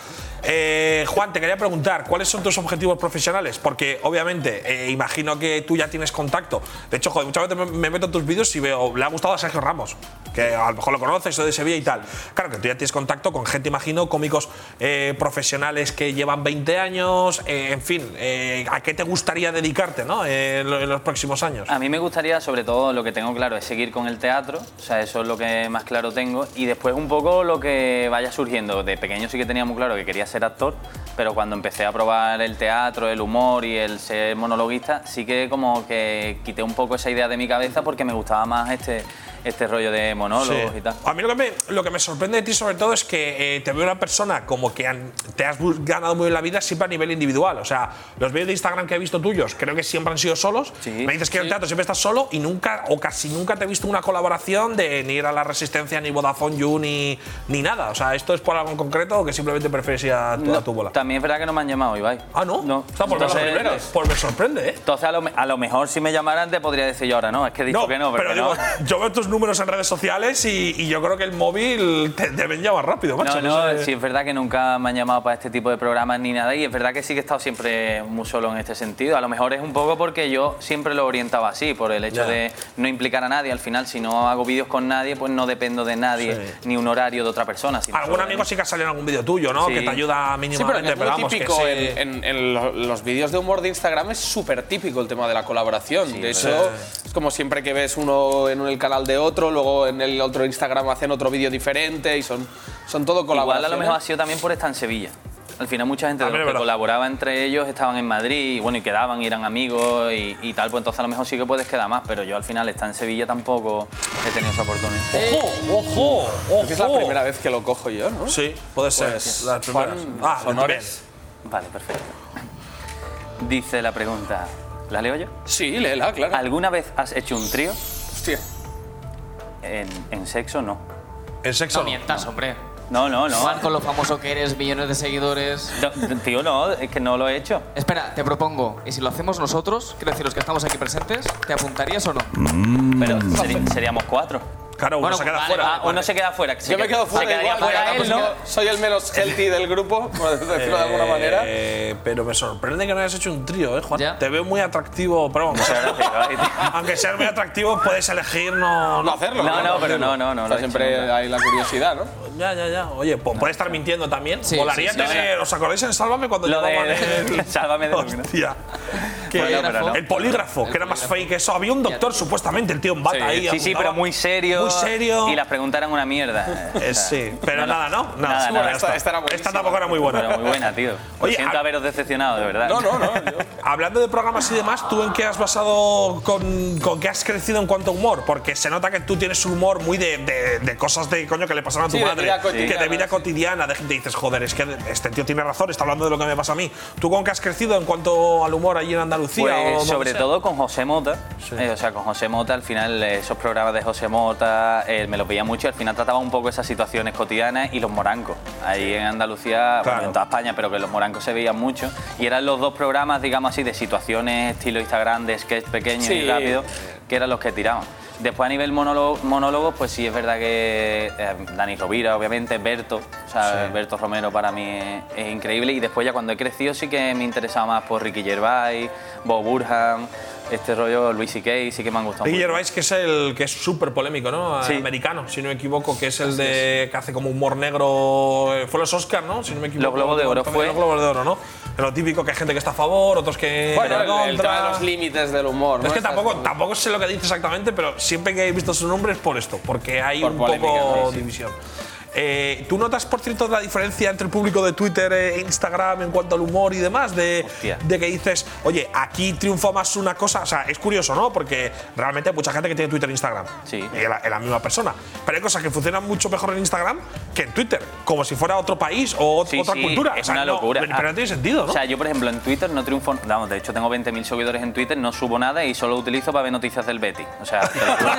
B: Eh, Juan, te quería preguntar, ¿cuáles son tus objetivos profesionales? Porque, obviamente, eh, imagino que tú ya tienes contacto. De hecho, joder, muchas veces me- me meto en tus vídeos y veo, le ha gustado a Sergio Ramos, que a lo mejor lo conoces, o de Sevilla y tal. Claro que tú ya tienes contacto con gente, imagino, cómicos eh, profesionales que llevan 20 años, eh, en fin, eh, ¿a qué te gustaría dedicarte ¿no? Eh, en lo- en los próximos años?
I: A mí me gustaría, sobre todo, lo que tengo claro es seguir con el teatro, o sea, eso es lo que más claro tengo, y después un poco lo que vaya surgiendo. De pequeño sí que tenía muy claro que quería ser actor, pero cuando empecé a probar el teatro, el humor y el ser monologuista, sí que como que quité un poco esa idea de mi cabeza porque me gustaba más este, este rollo de monólogos
B: Sí.
I: y tal.
B: A mí lo que, me, lo que me sorprende de ti sobre todo es que eh, te veo una persona como que han- te has bus- ganado muy bien la vida siempre a nivel individual. O sea, los vídeos de Instagram que he visto tuyos creo que siempre han sido solos.
I: Sí.
B: me dices que en el teatro siempre estás solo y nunca o casi nunca te he visto una colaboración de ni ir a la Resistencia, ni Vodafone You, ni, ni nada. O sea, ¿esto es por algo en concreto o que simplemente prefieres ir a tu, a
I: No,
B: tu bola?
I: También es verdad que no me han llamado, Ibai.
B: Ah, ¿no?
I: No.
B: Está por los
I: Entonces-
B: primeros. Pues me sorprende, ¿eh?
I: Entonces, a lo, me- a lo mejor si me llamaran te podría decir yo ahora, no, es que he dicho que no, pero, que
B: digo,
I: no.
B: yo veo tus números en redes sociales y, y yo creo que el móvil te deben llamar rápido, macho.
I: No, no,
B: sé.
I: sí, es verdad que nunca me han llamado para este tipo de programas ni nada y es verdad que sí que he estado siempre muy solo en este sentido. A lo mejor es un poco porque yo siempre lo orientaba así, por el hecho
B: Ya.
I: de no implicar a nadie. Al final, si no hago vídeos con nadie, pues no dependo de nadie,
B: Sí.
I: ni un horario de otra persona. sino
B: Algún
I: solo de
B: amigo
I: mí.
B: sí que ha salido en algún vídeo tuyo, ¿no?
I: Sí.
B: Que te ayuda
A: Sí, pero
B: mínimamente,
A: que es muy
B: vamos,
A: típico
B: que sí.
A: en, en- en lo- los vídeos de humor de Instagram es súper típico el tema de la colaboración. de hecho, es como siempre que ves uno en el canal de otro, luego en el otro Instagram hacen otro vídeo diferente y son, son todo
I: Igual a
A: colaboraciones.
I: lo
B: ¿eh?
I: mejor ha sido también por estar en Sevilla. Al final mucha gente de
B: También
I: los
B: es
I: que
B: verdad.
I: colaboraba entre ellos estaban en Madrid y bueno, y quedaban, y eran amigos y, y tal, pues entonces a lo mejor sí que puedes quedar más, pero yo al final estar en Sevilla tampoco he tenido esa oportunidad.
B: ¡Ojo! ¡Ojo!
A: Creo que es la primera vez que lo cojo yo, ¿no?
B: Sí, puede ser.
A: Pues,
B: las primeras.
A: Juan,
B: Ah,
A: sonores.
I: Vale, perfecto. Dice la pregunta. ¿La leo yo?
A: Sí, Lela, claro.
I: ¿Alguna vez has hecho un trío?
A: Hostia.
I: En, en sexo no.
B: bien. En sexo.
C: No
B: no.
C: mientas, hombre.
I: No, no, no.
C: Juan, con lo famoso que eres, millones de seguidores.
I: No, Tío, no, es que no lo he hecho.
C: Espera, te propongo, y si lo hacemos nosotros, quiero decir, los que estamos aquí presentes, ¿te apuntarías o no?
A: Mm.
I: Pero seri- seríamos cuatro.
B: Claro, uno
C: Bueno,
B: se queda
C: vale,
B: fuera.
C: va,
I: Ah, uno se queda fuera. que se
A: Yo me
I: queda-
A: quedo
I: Se
A: fuera,
I: quedaría
A: igual,
I: fuera
A: ya,
I: él,
A: pues
I: ¿no?
A: yo soy el menos healthy del grupo, por decirlo de alguna manera.
B: Eh, pero me sorprende que no hayas hecho un trío, ¿eh, Juan?
C: Ya.
B: Te veo muy atractivo, pero vamos.
I: Muchas gracias, ay, tío.
B: aunque seas muy atractivo, puedes elegir no.
A: No hacerlo.
I: No, no, pero
A: hacerlo.
I: no, no, no
A: O sea,
I: lo he hecho
A: siempre
I: nunca.
A: hay la curiosidad, ¿no?
B: Ya, ya, ya. Oye, pues puede estar mintiendo también.
C: Sí,
B: Molaría
C: sí, sí,
B: tener. ¿Os acordáis en Sálvame cuando
I: Lo
B: llevaban
I: de-
B: el-
I: Sálvame de Luna.
B: Hostia. Que-
I: Bueno, pero no.
B: El polígrafo, que era más fake eso. Había un doctor, supuestamente, el tío en bata
A: Sí,
B: ahí.
I: Sí, sí,
B: apuntaba.
I: pero muy serio.
B: Muy serio.
I: Y las preguntas eran una mierda.
B: Eh, sí, pero nada, ¿no? Nada,
I: Nada,
B: sí,
I: nada.
B: ya
A: Esta-
B: está.
A: esta era buenísima.
B: Esta tampoco era muy buena.
I: Pero muy buena, tío. Lo
B: Oye,
I: siento
B: a-
I: haberos decepcionado, de verdad.
A: No, no, no. yo-
B: Hablando de programas y demás, ¿tú en qué has basado, con, con qué has crecido en cuanto a humor? Porque se nota que tú tienes un humor muy de, de- de cosas de coño que le pasaron a tu
A: Sí, de
B: madre.
A: vida
B: que de
A: cotidiana,
B: vida
A: sí.
B: cotidiana, de gente dices, joder, es que este tío tiene razón, está hablando de lo que me pasa a mí. ¿Tú con qué has crecido en cuanto al humor allí en Andalucía? o
I: Pues
B: donde
I: sobre
B: sea?
I: todo con José Mota. Eh, o sea, con José Mota, al final, eh, esos programas de José Mota, eh, me los veía mucho. Al final trataba un poco esas situaciones cotidianas y los morancos. Ahí en Andalucía,
B: Claro.
I: bueno, en toda España, pero que los morancos se veían mucho. Y eran los dos programas, digamos así, de situaciones estilo Instagram, de sketch pequeño
A: Sí.
I: y rápido, que eran los que tiraban. Después a nivel monólogo, monólogos, pues sí es verdad que eh, Dani Rovira, obviamente, Berto, o sea, Berto Romero para mí es, es increíble. Y después ya cuando he crecido sí que me interesaba más por Ricky Gervais, Bob Burham, este rollo Luis C.K. sí que me han gustado
B: Ricky
I: mucho.
B: Gervais, que es el que es súper polémico, ¿no?
I: Sí.
B: Americano, si no me equivoco, que es el de que hace como humor negro. eh, Fue los Oscar, ¿no? Si no me equivoco.
I: Los Globos de Oro
B: También
I: fue.
B: Los Globos de Oro, ¿no? Lo típico que hay gente que está a favor, otros que.
A: Bueno, el- el, tema
B: contra.
A: de los límites del humor. ¿no?
B: Es que
A: Estas
B: tampoco,
A: cosas.
B: tampoco sé lo que dice exactamente, pero siempre que he visto su nombre es por esto, porque hay
A: Por
B: un
A: polémica,
B: poco
A: sí, sí.
B: división. Eh, ¿Tú notas, por cierto, la diferencia entre el público de Twitter e Instagram en cuanto al humor y demás? De,
I: Hostia.
B: de que dices, oye, aquí triunfa más una cosa. O sea, es curioso, ¿no? Porque realmente hay mucha gente que tiene Twitter e Instagram.
I: Sí.
B: Y es la, es la misma persona. Pero hay cosas que funcionan mucho mejor en Instagram que en Twitter. Como si fuera otro país o ot-
I: Sí,
B: otra
I: sí,
B: cultura.
I: Es
B: O sea,
I: una
B: no-
I: locura. Ah,
B: pero no tiene sentido, ¿no?
I: O sea, yo, por ejemplo, en Twitter no triunfo. Vamos, de hecho, tengo 20.000 seguidores en Twitter, no subo nada y solo utilizo para ver noticias del Betty. O sea, te lo juro.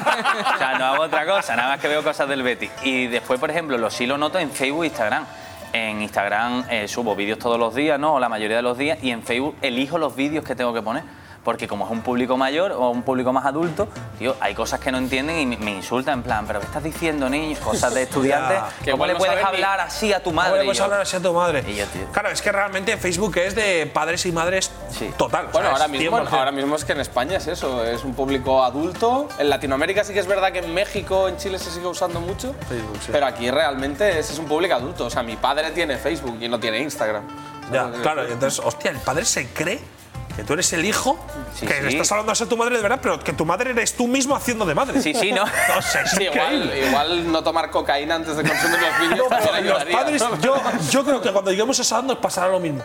I: o sea, no hago otra cosa, nada más que veo cosas del Betty. Y después, por ejemplo, lo sí lo noto en Facebook e Instagram. En Instagram eh, subo vídeos todos los días, ¿no? O la mayoría de los días. Y en Facebook elijo los vídeos que tengo que poner. Porque como es un público mayor o un público más adulto, tío, hay cosas que no entienden y me- me insultan en plan, pero ¿qué estás diciendo, niño? Cosas de estudiantes.
C: Que
I: ¿Cómo le
C: volvemos
I: puedes
C: a ver ni-
I: hablar así a tu
B: No
I: madre?
B: le puedes
I: Y yo,
B: hablar así a pues tu madre.
I: Y yo, tío.
B: Claro, es que realmente Facebook es de padres y madres
I: Sí.
B: total. o
A: Bueno,
B: sea,
A: ahora
B: es
A: mismo,
B: 100%.
A: ahora mismo es que en España es eso, es un público adulto. En Latinoamérica sí que es verdad que en México, en Chile se sigue usando mucho, pero aquí realmente ese es un público adulto. O sea, mi padre tiene Facebook y no tiene Instagram.
B: Ya,
A: ¿Sabes?
B: claro, y entonces, hostia, el padre se cree que tú eres el hijo,
I: Sí,
B: que le
I: sí.
B: estás hablando así a tu madre de verdad, pero que tu madre eres tú mismo haciendo de madre.
I: Sí, sí, ¿no?
B: O sea, es
A: Sí, igual,
B: increíble.
A: igual no tomar cocaína antes de consumir los vídeos
B: No, pero
A: también
B: los
A: ayudaría.
B: padres,
A: ¿no?
B: yo, yo creo que cuando lleguemos a esa edad nos pasará lo mismo.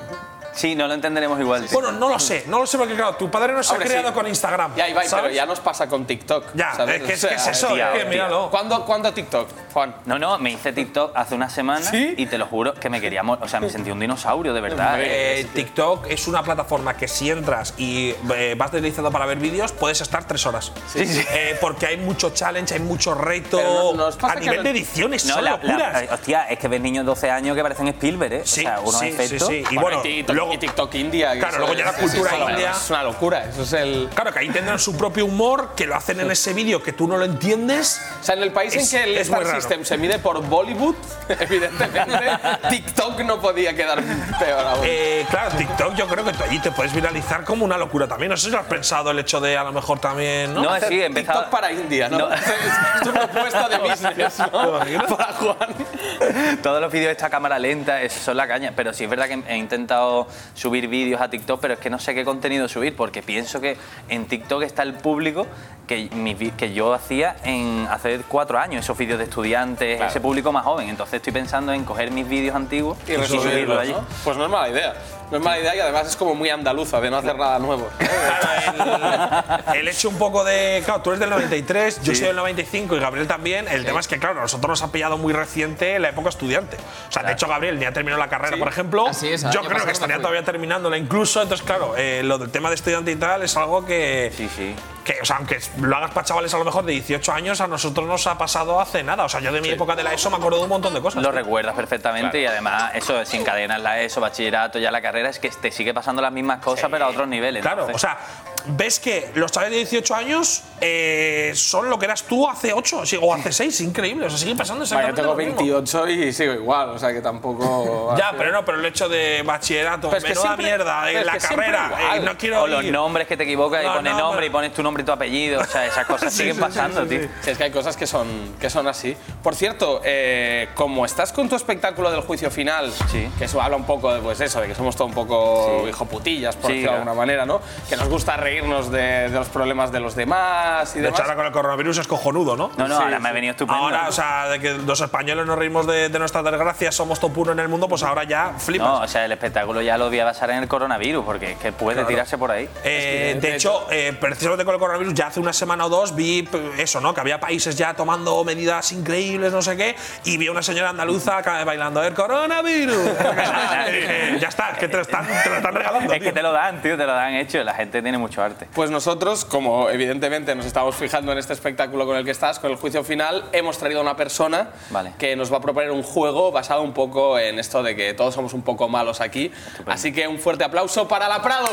I: Sí, no lo entenderemos igual. tío.
B: Bueno, no lo sé, no lo sé porque, claro, tu padre no se
A: Hombre,
B: ha creado
A: sí.
B: con Instagram.
A: Ya, Ibai,
B: ¿sabes?
A: pero ya nos pasa con TikTok.
B: Ya,
A: ¿sabes?
B: es que, es
A: O
B: que es
A: sea,
B: eso,
I: tía,
B: es que
I: tía.
B: míralo.
A: ¿Cuándo, cuándo TikTok, Juan?
I: No, no, me hice TikTok hace una semana
A: ¿Sí?
I: y te lo juro que me quería morir. O sea, me sentí un dinosaurio, de verdad. eh.
B: Eh, TikTok es una plataforma que si entras y eh, vas deslizando para ver vídeos, puedes estar tres horas.
I: Sí, sí.
B: Eh, porque hay mucho challenge, hay mucho reto.
A: Pero no- no os pasa
B: a
A: que
B: nivel
A: no-
B: de ediciones,
I: No,
B: son
I: la- la-
B: locuras.
I: hostia, es que ves niños de 12 años que parecen Spielberg, ¿eh?
B: Sí,
I: o sea, unos
B: sí, sí,
I: efectos.
B: sí. Y
A: Bueno,
B: bueno,
A: y TikTok,
B: luego-
A: y TikTok India. que
B: Claro,
A: eso
B: luego
A: es-
B: ya la
A: es-
B: cultura
A: es una-
B: india.
A: Es una locura, eso es el.
B: Claro, que ahí tendrán su propio humor, que lo hacen en ese vídeo que tú no lo entiendes.
A: O sea, en el país
B: Es-
A: en que el
B: es muy
A: Star
B: raro.
A: System se mide por Bollywood, evidentemente TikTok no podía quedar peor aún.
B: Eh, claro, TikTok yo creo que tú allí te puedes viralizar como una locura también. No sé si lo has pensado el hecho de a lo mejor también, ¿no?
I: No,
A: Hacer
I: sí, he empezado-
A: TikTok para India, ¿no?
I: No.
A: es tu propuesta de business, ¿no? para Juan.
I: Todos los vídeos de esta cámara lenta, eso son la caña. Pero sí es verdad que he intentado subir vídeos a TikTok, pero es que no sé qué contenido subir, porque pienso que en TikTok está el público que, mis vi- que yo hacía en hace cuatro años, esos vídeos de estudiantes, ese público más joven. Entonces estoy pensando en coger mis vídeos antiguos
A: Y resolverlo,
I: subirlos allí.
A: ¿no? Pues no es mala idea. No es mala idea y además es como muy andaluza de no hacer nada nuevo.
B: Claro, el, el hecho un poco de. Claro, tú eres del 93, yo soy del 95 y Gabriel también. El tema es que, claro, a nosotros nos ha pillado muy reciente la época estudiante. O sea, de hecho, Gabriel ni ha terminado la carrera, por ejemplo.
C: Así es, el
B: yo
C: año
B: creo
C: pasado
B: que
C: me
B: estaría
C: fui.
B: todavía terminándola incluso. Entonces, claro, eh, lo del tema de estudiante y tal es algo que.
I: Sí, sí.
B: Que, o sea, aunque lo hagas para chavales a lo mejor de 18 años, a nosotros nos ha pasado hace nada. O sea, yo de mi época de la ESO me acuerdo de un montón de cosas.
I: Lo recuerdas perfectamente y además eso sin cadenas la ESO, bachillerato, ya la carrera, es que te sigue pasando las mismas cosas pero a otros niveles.
B: Claro, o
I: entonces.
B: sea, ves que los chavales de 18 años eh, son lo que eras tú hace 8 o sea, o hace 6, increíble. O sea, sigue pasando
A: Vale, yo
B: exactamente
A: tengo
B: lo mismo.
A: 28 y sigo igual, o sea que tampoco.
B: Ya, pero no, pero el hecho de bachillerato,
A: Pero es que
B: menuda
A: siempre-
B: mierda,
A: pero
B: en
A: es
B: la
A: que siempre
B: carrera, eh,
A: igual.
B: no quiero
I: o los
B: ir.
I: nombres que te equivocas y
B: No,
I: pones
B: no,
I: nombre
B: pero-
I: y pones tu nombre y tu apellido, o sea, esas cosas
B: Sí,
I: siguen
B: sí, sí,
I: pasando,
B: sí, sí.
I: tío.
A: Sí, Es que hay cosas que son, que son así. Por cierto, eh, como estás con tu espectáculo del juicio final,
I: Sí.
A: que eso habla un poco de pues eso, de que somos todo un poco
I: Sí.
A: hijoputillas, por decirlo
I: Sí,
A: de
I: claro.
A: alguna manera, ¿no? Que nos gusta reírnos de, de los problemas de los demás y
B: De hecho,
A: demás.
B: ahora con el coronavirus es cojonudo, ¿no?
I: No, no, ahora me ha venido estupendo.
B: Ahora, o sea, de que los españoles nos reímos de, de nuestra desgracia, somos top uno en el mundo, pues ahora ya flipas.
I: no, o sea, el espectáculo ya lo voy a basar en el coronavirus, porque es que puede tirarse por ahí.
B: Eh, de hecho, eh, precisamente con el coronavirus, ya hace una semana o dos vi p- eso, ¿no? Que había países ya tomando medidas increíbles, no sé qué, y vi a una señora andaluza acá bailando el coronavirus. Eh, ya está, que te lo están, te lo están regalando.
I: Es que
B: tío.
I: te lo dan, tío, te lo dan hecho, la gente tiene mucho arte.
A: Pues nosotros, como evidentemente nos estamos fijando en este espectáculo con el que estás, con el juicio final, hemos traído a una persona
I: Vale.
A: que nos va a proponer un juego basado un poco en esto de que todos somos un poco malos aquí. Así que un fuerte aplauso para la Prados.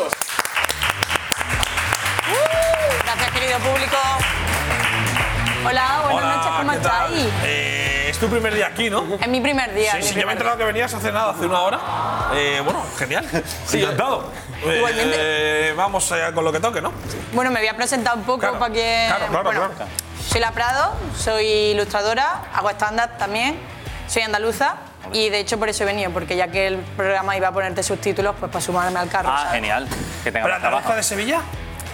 H: Gracias, querido público. Hola, buenas
B: Hola,
H: noches, ¿cómo
B: ¿qué tal?
H: estáis?
B: Eh, es tu primer día aquí, ¿no?
H: Es mi primer día.
B: Sí,
H: mi
B: sí, yo
H: primer
B: me he enterado que venías hace nada, hace una hora. Eh, bueno, genial. Sí, encantado. Eh,
H: Igualmente.
B: eh, vamos eh, con lo que toque, ¿no?
H: día. Bueno, me voy a presentar un poco
B: Claro,
H: para que.
B: claro, claro,
H: Bueno,
B: claro.
H: Soy La Prado, soy ilustradora, hago stand-up también, soy andaluza y de hecho por eso he venido, porque ya que el programa iba a ponerte subtítulos, pues para sumarme al carro.
I: Ah,
H: ¿sabes?
I: genial. Que tenga
B: ¿Pero
I: más trabajo.
B: andaluza de Sevilla?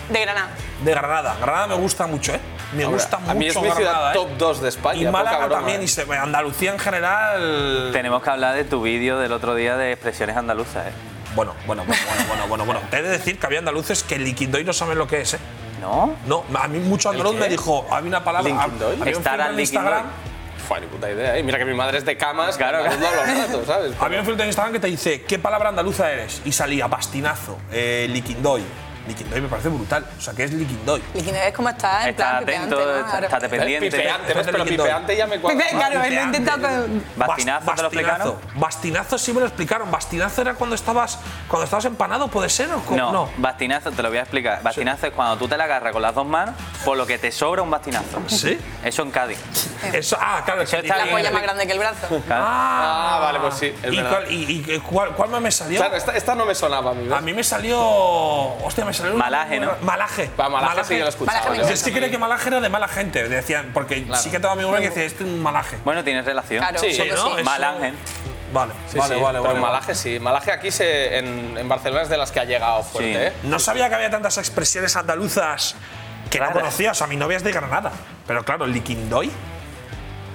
H: de Granada.
B: De Granada. Granada me gusta mucho, ¿eh? Me
A: Ahora,
B: gusta mucho
A: a mí es mi ciudad
B: Granada, ¿eh?
A: top 2 de España.
B: Y Málaga
A: poca broma,
B: también,
A: ¿eh?
B: y se- Andalucía en general.
I: Tenemos que hablar de tu vídeo del otro día de expresiones andaluzas, ¿eh?
B: Bueno, bueno, bueno, bueno, bueno, bueno, bueno. Te he de decir que había andaluces que Liquindoy no saben lo que es, ¿eh?
I: ¿No?
B: No, a mí mucho andaluz
A: qué?
B: me dijo, había una palabra.
A: ¿Liquindoy?
B: Había un
I: Estar
B: filtro
I: al
B: en
I: Liquindoy.
B: Instagram.
A: Fua, ni puta idea, ¿eh? Mira que mi madre es de camas, claro,
I: Claro,
A: no hablo al rato, ¿sabes?
B: Había un filtro en Instagram que te dice, ¿qué palabra andaluza eres? Y salía pastinazo, eh, Liquindoy. Liquindoy me parece brutal. O sea, ¿qué es Liquindoy?
H: Y que no ves cómo está Ah, en
I: Está
H: plan
I: atento,
H: pipeante, ¿no?
I: está-
H: Ahora-
I: estate pendiente.
A: Pipeante, ¿ves?
B: Gente
A: Pero
B: Liquindoy.
A: pipeante ya me cuadra.
H: Pipe- Claro, él lo he
B: Pipeante.
H: intentado con-
I: Bastinazo, ¿te lo explicaron?
B: Bastinazo. Bastinazo sí me lo explicaron. Bastinazo era cuando estabas, cuando estabas empanado, ¿puede ser? ¿O cómo?
I: No, bastinazo, te lo voy a explicar. Bastinazo es cuando tú te la agarras con las dos manos, por lo que te sobra un bastinazo.
B: ¿Sí?
I: Eso en Cádiz.
B: Eso, ah, claro. que
I: está
H: La
B: dice-
I: bien.
H: polla más grande que el brazo.
B: Ah,
A: Ah, vale, pues sí, es
B: ¿Y,
A: verdad.
B: cuál, y- y cuál- cuál más me salió?
A: Claro, esta, esta no me sonaba a mí. ¿ves?
B: A mí me salió. Hostia, me salió. una-
I: Malaje, ¿no?
B: Malaje.
A: Va, Malaje sí que lo he escuchado,
H: Malaje me
A: yo.
B: Yo sí creo que malaje era de mala gente, decían, porque sí que tengo mi que decía, este es un malaje.
I: Bueno, tienes relación.
H: Claro,
A: Sí,
H: solo
B: ¿no?
H: sí.
B: Eso-
I: Mal ángel.
B: Vale,
A: Sí,
B: vale,
A: sí,
B: vale.
A: Pero
B: vale,
A: en Malaje sí. Malaje aquí se, en, en Barcelona es de las que ha llegado fuerte,
I: Sí.
A: ¿eh?
B: vale. No sabía que había tantas expresiones andaluzas que no conocía. O sea, mi novia es de Granada. Pero claro, liquindoy.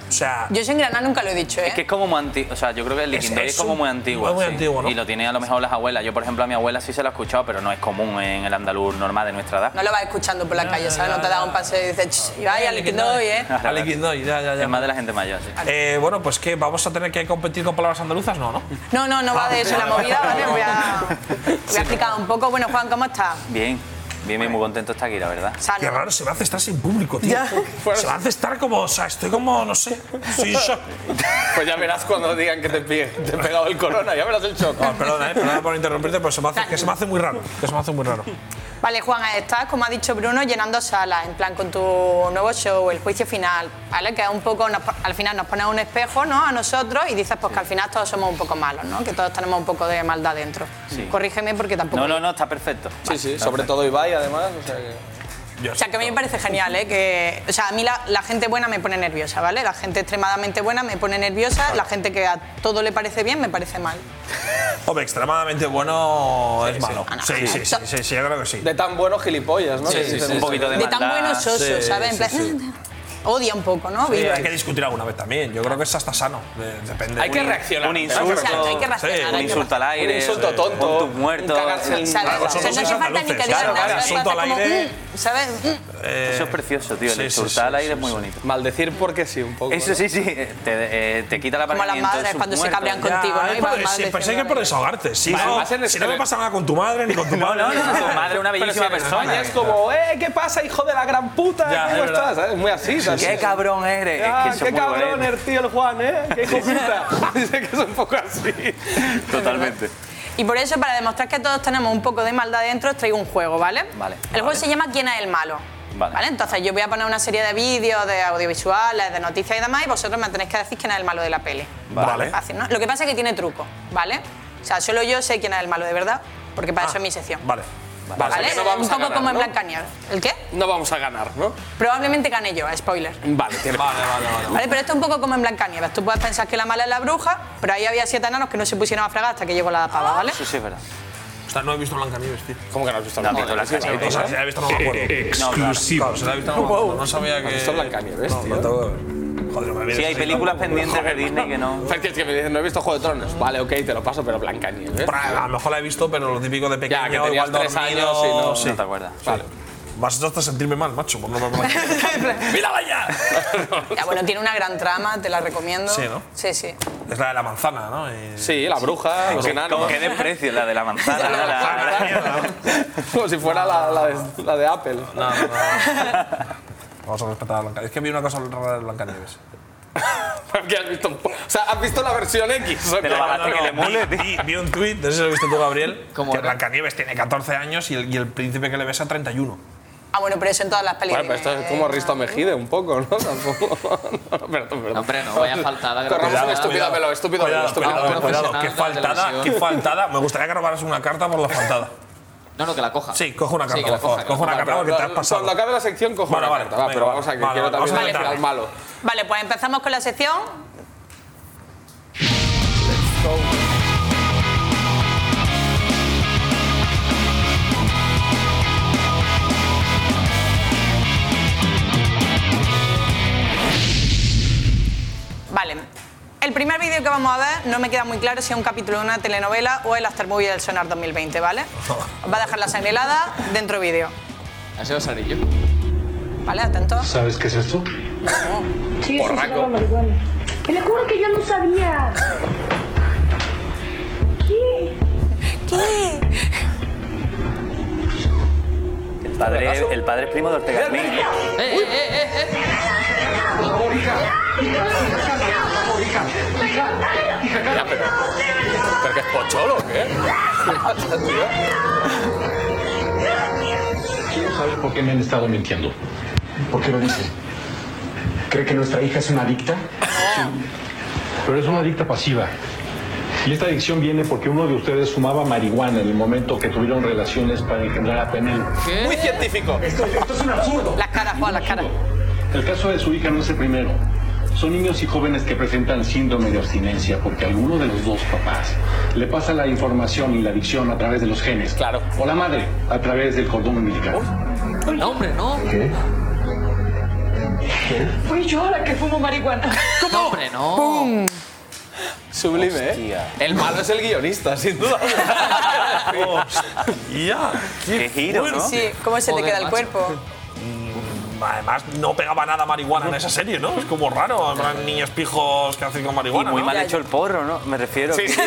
B: O sea,
H: Yo en Granada nunca lo he dicho, ¿eh?
I: Es que es como muy antiguo. O sea, yo creo que el
B: Es-
I: liquindoy
B: es
I: es, como
B: un-
I: muy antiguo.
B: muy
I: sí.
B: antiguo, ¿no?
I: Y lo tienen a lo mejor las abuelas. Yo, por ejemplo, a mi abuela sí se lo he escuchado, pero no es común en el andaluz normal de nuestra edad.
H: No lo vas escuchando por la calle, ¿sabes? No te da un paseo y dices, "Ch, vaya, al que doy, ¿eh?
B: a liquindoy, ya, ya, ya.
I: Es más de la gente mayor, sí.
B: Eh, bueno, pues que vamos a tener que competir con palabras andaluzas, no, ¿no?
H: No, no, no va de eso la movida, ¿vale? Voy a, voy a explicar un poco. Bueno, Juan, ¿cómo estás?
I: Bien, bien, bien, muy contento de estar aquí, la verdad.
B: Qué
H: Sano.
B: raro, se me hace estar sin público, tío. Se me hace estar como, o sea, estoy como, no sé. Sí, shock.
A: Pues ya verás cuando digan que te, pe- te he pegado el corona, ya verás el shock.
B: No, perdona, eh, perdona por interrumpirte, pero se me hace, que se me hace muy raro. Que se me hace muy raro.
H: Vale, Juan, estás, como ha dicho Bruno, llenando salas, en plan con tu nuevo show, el juicio final, ¿vale? Que es un poco, nos po- al final nos pones un espejo, ¿no? A nosotros y dices, pues que al final todos somos un poco malos, ¿no? Que todos tenemos un poco de maldad dentro.
I: Sí.
H: Corrígeme porque tampoco.
I: No, no, no, está perfecto.
A: Sí, sí, sobre todo Ibai, además. O sea que...
B: Yo
H: O sea, que a mí me parece genial, ¿eh? Que, o sea, a mí la, la gente buena me pone nerviosa, ¿vale? La gente extremadamente buena me pone nerviosa, la gente que a todo le parece bien me parece mal.
B: Hombre, extremadamente bueno es malo.
H: Ah, no.
B: Sí, sí, sí, sí, sí, yo creo que sí.
A: De tan buenos gilipollas, ¿no? Que dicen
I: un
A: eso.
I: poquito de
H: De tan
I: maldad.
H: buenos sosos, ¿sabes? En plan, odia un poco, ¿no?
B: Eh,
H: Vive.
B: hay que discutir alguna vez también. Yo creo que eso está sano. de- depende.
A: Hay que
B: Un-
A: reaccionar.
I: Un
A: Hay que
I: insulto,
A: reaccionar.
H: O sea, hay que racionar, hay
I: un
H: que
I: insulto al
A: Un
I: aire.
A: insulto
I: sí.
A: tonto.
I: Con tus muertos.
A: Un cagarse en-
H: ¿Sabes?
B: Claro,
H: o sea,
B: somos
H: no hace falta ni que
B: andaluces,
H: digas
B: claro,
H: nada,
B: claro,
H: ¿sabes?
B: insulto al
H: Como,
B: aire.
H: "Mm", ¿sabes? Mm.
B: Eh,
I: Eso es precioso, tío.
B: sí,
I: El
B: sí,
I: insultar
B: sí,
I: al
B: sí,
I: aire es
B: sí,
I: muy
B: sí.
I: bonito.
A: Maldecir porque sí, un poco.
I: Eso
A: ¿no?
I: sí, sí. Te, eh, te quita la
H: Como las madres cuando se cabrean con-
B: Ya,
H: contigo, ¿no?
B: es
H: Y
B: por
H: vas
B: des-
H: mal
B: sí, Pensé
H: diciendo
B: que es por
H: la-
B: desahogarte. Si,
A: Vale,
B: no,
A: más en
B: si no me
A: España.
B: pasa nada con tu madre ni con tu padre. ni con-
I: Tu madre es una
A: Pero si
I: bellísima
A: en España
I: persona.
A: es como, ¡eh, qué pasa, hijo de la gran puta!
B: Ya,
A: ¿Cómo
B: es verdad.
A: estás? ¿Sabes? Muy así, ¿sabes?
I: ¡Qué cabrón eres!
A: Ah,
I: es que eso
A: qué
I: es muy
A: cabrón
I: bonito.
A: el tío el Juan, ¿eh? ¡Qué hijo puta! Dice que es un poco así.
I: Totalmente.
H: Y por eso, para demostrar que todos tenemos un poco de maldad dentro, os traigo un juego, ¿vale?
I: Vale.
H: El juego se llama ¿Quién es el malo?
I: Vale.
H: Entonces yo voy a poner una serie de vídeos, de audiovisuales, de noticias y demás, y vosotros me tenéis que decir quién es el malo de la peli.
B: Vale.
H: Fácil, ¿no? Lo que pasa es que tiene truco, ¿vale? O sea, solo yo sé quién es el malo de verdad, porque para eso es mi sección.
B: Ah, Vale.
A: O sea
H: ¿Vale?
A: que no vamos
H: un
A: a
H: poco
A: ganar,
H: como en
A: ¿no?
H: Blancanieves. ¿El qué?
A: No vamos a ganar, ¿no?
H: Probablemente gane yo, eh, spoiler.
A: Vale, tiene Vale, vale, vale.
H: Vale, pero esto es un poco como en Blancanieves. Tú puedes pensar que la mala es la bruja, pero ahí había siete enanos que no se pusieron a fregar hasta que llegó la pava, ¿vale?
I: Eso sí es verdad.
B: O sea, no he visto Blancanieves, tío.
A: ¿Cómo que no has visto
I: No,
A: Blancanieves?
I: pero
A: Sí,
I: Blancanieves,
A: sí,
B: O sea, si la he visto no me acuerdo.
I: Exclusivo.
B: Claro, si la he visto no me acuerdo. No sabía que.
A: ¿Has visto Blancanieves,
B: No,
A: tío?
B: no tengo que ver. Joder, no me
I: Sí, hay películas pendientes de Disney que no.
A: Fer, que es que me dicen, no he visto Juego de Tronos. Vale, ok, te lo paso, pero Blancanieves.
B: A lo mejor la he visto, pero lo típico de pequeño,
A: Ya, que tenías
B: igual
A: tres
B: dormido,
A: años y no-
B: sí.
I: No te acuerdas.
A: Vale.
B: Vas a hasta sentirme mal, macho, por no verme la ¡Mírala ya!
H: Ya, bueno, tiene una gran trama, te la recomiendo.
B: Sí, ¿no?
H: Sí, sí.
B: es la de la manzana, ¿no? Eh,
A: Sí, la bruja, los
I: Como
A: enanos.
I: que desprecio la de la manzana. la- la- la-
A: Como si fuera la, la de, la de Apple.
B: No, no, no. Vamos a respetar a Blancanieves. Es que vi una cosa rara de Blancanieves.
A: Porque has visto, o sea, has visto la versión X. ¿o
I: Te
A: qué?
I: la bajaste que le mole,
B: vi,
I: tío.
B: vi- vi un tuit, no sé si lo viste tú, Gabriel,
C: ¿Cómo
B: que
C: era?
B: Blancanieves tiene 14 años y el, y el príncipe que le besa 31.
H: Ah, bueno, pero eso en todas las
A: Bueno,
H: películas.
A: pero esto es como Risto Mejide, un poco, ¿no? Tampoco. no, pero, pero-
C: Hombre, no, vaya faltada que
A: Corramos
C: Cuidado,
A: un estúpido velo, estúpido velo,
B: cuidado,
A: estúpido
B: cuidado,
A: velo.
B: cuidado,
C: profesional
B: Qué
C: de la
B: faltada, qué
C: televisión.
B: faltada. Me gustaría que robaras una carta por la faltada.
C: No, no, que la coja.
B: Sí, coge una
C: Sí,
B: carta,
C: que la
B: por favor.
C: coja,
B: Coge una
A: Vale,
B: carta porque
A: pero
B: te has pasado.
A: Cuando acabe la sección, cojo
B: Vale,
A: una
B: vale,
A: carta, va,
B: venga,
A: pero vamos a que
B: vale,
A: quiero
B: vale,
A: también
B: vamos a
A: decir al
B: comentar.
A: malo.
H: Vale, pues empezamos con la sección. Vale. El primer vídeo que vamos a ver no me queda muy claro si es un capítulo de una telenovela o el aftermovie del Sonar 2020, ¿vale? Os va a dejar la sangre helada dentro vídeo.
C: Ha sido Sarillo.
H: ¿Vale? Atentos.
J: ¿Sabes qué es esto?
H: Sí,
J: eso Porraco. sí era
K: marihuana. Te lo juro que yo no sabía. ¿Qué? ¿Qué?
I: El padre, el padre es primo de Ortega Smith.
C: ¡Eh, eh, eh, eh!
J: Ya, pero, ¿Pero que es pocholo o qué? ¿Qué pasa, tío? Quiero saber por qué me han estado mintiendo. ¿Por qué lo dicen? ¿Cree que nuestra hija es una adicta? Pero es una adicta pasiva. Y esta adicción viene porque uno de ustedes fumaba marihuana en el momento que tuvieron relaciones para engendrar a Penel.
L: Muy científico.
J: Esto, esto es un absurdo.
H: Las caras, Juan, las caras.
J: El caso de su hija no es el primero. Son niños y jóvenes que presentan síndrome de abstinencia porque alguno de los dos papás le pasa la información y la adicción a través de los genes. Claro. O la madre, a través del cordón umbilical.
C: No, hombre, no.
J: ¿Qué?
K: Fui yo la que fumo marihuana.
C: No, hombre, no.
L: Sublime, ¿eh? El malo es el guionista, sin duda.
B: ¡Ya!
I: ¡Qué giro, no!
H: Sí, ¿cómo se
C: Joder,
H: te queda el
C: macho.
H: cuerpo?
B: Además, no pegaba nada marihuana en esa serie, ¿no? Es como raro, habrán niños pijos que hacen con
I: Y
B: marihuana.
I: muy
B: ¿no?
I: mal hecho el porro, ¿no? Me refiero.
B: Sí, sí.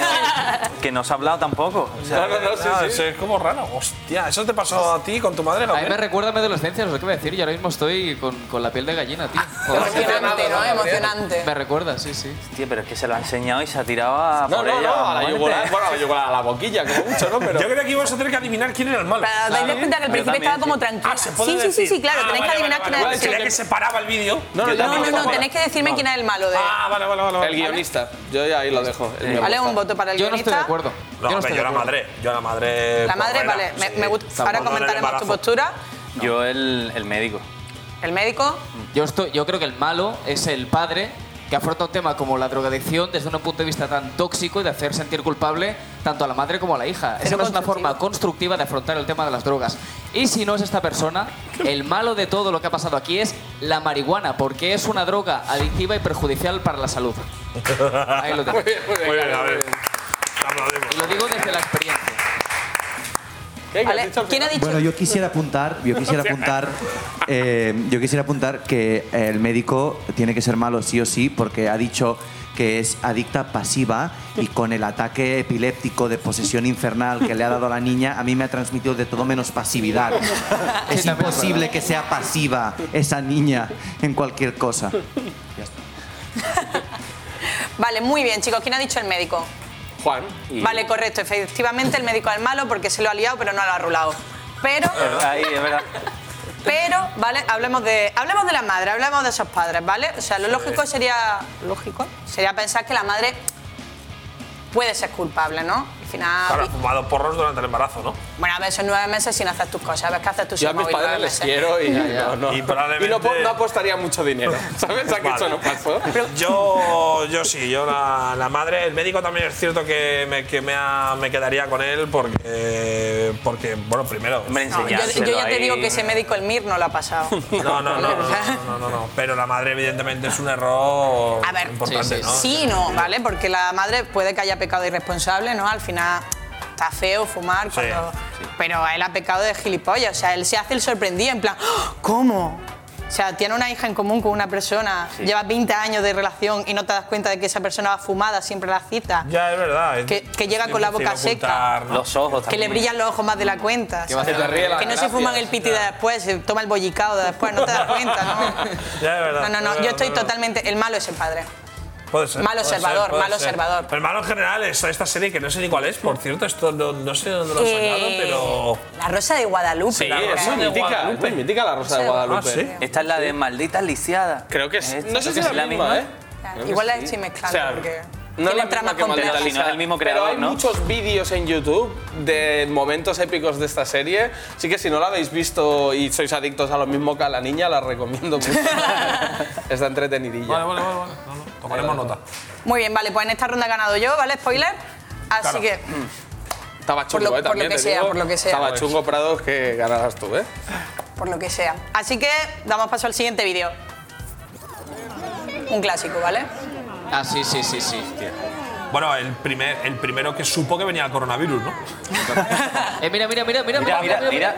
I: Que no se ha hablado tampoco. O sea,
L: No, no, no, sí,
B: Ah,
L: sí.
B: eso Es como raro. Hostia, ¿eso te pasó a ti con tu madre,
C: A mí me
B: Gabriel?
C: recuerda a mi adolescencia, no sé qué voy a decir, y ahora mismo estoy con, con la piel de gallina, tío. Joder,
H: Emocionante, ¿no?
C: me
H: Emocionante.
C: recuerda, sí, sí.
I: tío, pero es que se lo ha enseñado y se ha tirado a
L: No,
I: por
L: no,
I: ella.
L: no, a la
I: muerte.
L: yugular, bueno, a la yugular, a la boquilla, como mucho, ¿no? Pero
B: Yo creía que ibas a tener que adivinar quién era el malo.
H: Pero os dais cuenta que al
I: Yo
H: principio
I: también,
H: estaba como
I: sí.
H: tranquila.
B: Ah, se puede
H: sí, sí, sí,
B: decir?
H: sí, claro.
B: Ah,
H: tenéis que
B: vale,
H: adivinar
B: vale,
H: quién
B: vale,
H: es
B: Creía que se paraba el vídeo.
L: no, yo
H: No,
L: tampoco.
H: no, no, tenéis que decirme quién es el malo de.
B: Ah, vale, vale, vale.
L: El guionista. Yo ya ahí lo dejo. el
B: Eh,
L: me
H: Vale,
L: gusta.
H: un voto para el
C: Yo no estoy de
H: guionista.
C: acuerdo.
B: No,
C: yo no
B: hombre,
C: estoy
B: yo
C: de
B: la
C: acuerdo.
B: madre. Yo la madre.
H: La madre,
B: porrera,
H: vale. me-
B: sí.
H: Me gusta.
B: Tampoco
H: Ahora
B: en el
H: comentaremos
B: embarazo.
H: tu postura.
I: Yo el, el médico.
H: El médico.
C: Yo, estoy, yo creo que el malo es el padre que afronta un tema como la drogadicción desde un punto de vista tan tóxico y de hacer sentir culpable tanto a la madre como a la hija. Esa
H: Pero
C: no es una
H: constructivo.
C: forma constructiva de afrontar el tema de las drogas. Y si no es esta persona, el malo de todo lo que ha pasado aquí es la marihuana, porque es una droga adictiva y perjudicial para la salud. Ahí lo tengo.
B: Muy bien, a ver. Aplaudimos.
C: Y lo digo desde la experiencia.
L: ¿Qué? ¿Qué has
H: Vale,
L: dicho al
H: ¿Quién ha
L: final?
H: dicho?
D: Bueno, yo quisiera apuntar, yo quisiera apuntar, eh, yo quisiera apuntar que el médico tiene que ser malo sí o sí porque ha dicho que es adicta pasiva y con el ataque epiléptico de posesión infernal que le ha dado a la niña, a mí me ha transmitido de todo menos pasividad. Es
C: Sí, también es
D: imposible que sea pasiva esa niña en cualquier cosa.
H: Vale, muy bien, chicos. ¿Quién ha dicho el médico?
L: Juan.
I: Y-
H: Vale, correcto. Efectivamente, el médico es el malo porque se lo ha liado, pero no lo ha rulado. Pero,
L: Ah.
I: Ahí, es verdad.
H: pero, ¿vale? Hablemos de, hablemos de la madre, hablemos de esos padres, ¿vale? O sea, lo lógico sería. Lógico. Sería pensar que la madre puede ser culpable, ¿no? Al final.
B: Claro, ha fumado porros durante el embarazo, ¿no?
H: Bueno, a ver, son nueve meses sin hacer tus cosas. ¿Ves qué haces tú
L: Yo a
H: sin
L: mis
H: móvil
L: padres
H: nueve
L: les
H: meses?
L: quiero y, no, no.
B: Y probablemente-
L: Y no, po- no apostaría mucho dinero. ¿Sabes? A que eso no pasó.
B: Yo, yo sí, yo la, la madre, el médico también es cierto que me, que me, ha- me quedaría con él porque, porque bueno, primero.
I: Hombre,
H: No, yo,
I: enseñárselo
H: yo ya te
I: ahí.
H: digo que ese médico, el MIR, no lo ha pasado.
B: No, no, no, no, no, no, no, no. Pero la madre, evidentemente, es un error
H: A ver,
B: importante,
C: sí,
B: ¿no?
H: Sí, no, ¿vale? Porque la madre puede que haya pecado de irresponsable, ¿no? Al final está feo fumar, cuando- pero él ha pecado de gilipollas, o sea, él se hace el sorprendido, en plan, ¡Ah! ¿cómo? O sea, tiene una hija en común con una persona, lleva 20 años de relación y no te das cuenta de que esa persona va fumada siempre a la cita,
B: Ya, es verdad. es
H: Que- que llega
B: difícil
H: con la boca
B: ocultar, ¿no?
I: Los ojos
H: que
I: también.
H: le brillan los ojos más de la cuenta,
C: Que va a
H: ¿sabes?
C: hacer la regla,
H: que no se fuman el
L: gracias.
H: piti de después, se toma el bollicado de después, no te das cuenta, ¿no?
B: Ya, es verdad.
H: No, no,
B: es
H: no, yo
B: verdad,
H: estoy
B: es verdad.
H: totalmente, el malo es el padre.
B: Puede ser.
H: Malo
B: puede ser,
H: observador,
B: puede
H: malo
B: ser.
H: observador.
B: Pero el malo en general es esta serie que no sé ni cuál es, por cierto, esto no, no sé dónde lo he sacado,
H: Eh,
B: pero. Ah,
H: La Rosa de Guadalupe.
L: Sí,
H: creo,
L: es
H: ¿eh?
L: muy mítica, es muy mítica la Rosa de Guadalupe.
B: Ah, sí.
I: Esta es la de maldita lisiada.
L: Creo que es.
I: Esta,
L: No sé si
I: creo
L: es
I: que
L: la misma, ¿eh? Creo que
H: Igual la
L: sí.
H: estoy
L: O
H: mezclando
L: sea, no
H: porque
L: es la
H: tiene
L: misma
H: tramas
L: que Maldita
I: Pero si
H: complejas.
I: no es el mismo
L: Pero
I: creador,
L: hay
I: ¿no?
L: muchos vídeos en YouTube de momentos épicos de esta serie. Así que si no la habéis visto y sois adictos a lo mismo que a la niña, la recomiendo mucho. Está entretenidilla.
B: Vale, vale, vale. vale. No, no, tomaremos nota.
H: Muy bien, vale, pues en esta ronda he ganado yo, ¿vale? Spoiler. Así
B: Claro.
H: que
L: Estaba
H: Por
L: chungo,
H: lo-
L: ¿eh?
H: por lo
L: También
H: que
L: te
H: sea,
L: digo,
H: por lo que sea.
L: Estaba chungo, Prados, que ganarás tú, ¿eh?
H: por lo que sea. Así que damos paso al siguiente vídeo. Un clásico, ¿vale?
C: Ah, sí, sí, sí, sí.
B: Bueno, el, primer, el primero que supo que venía el coronavirus, ¿no?
C: Eh, mira, mira, mira, mira,
B: Mira, mira, Mira,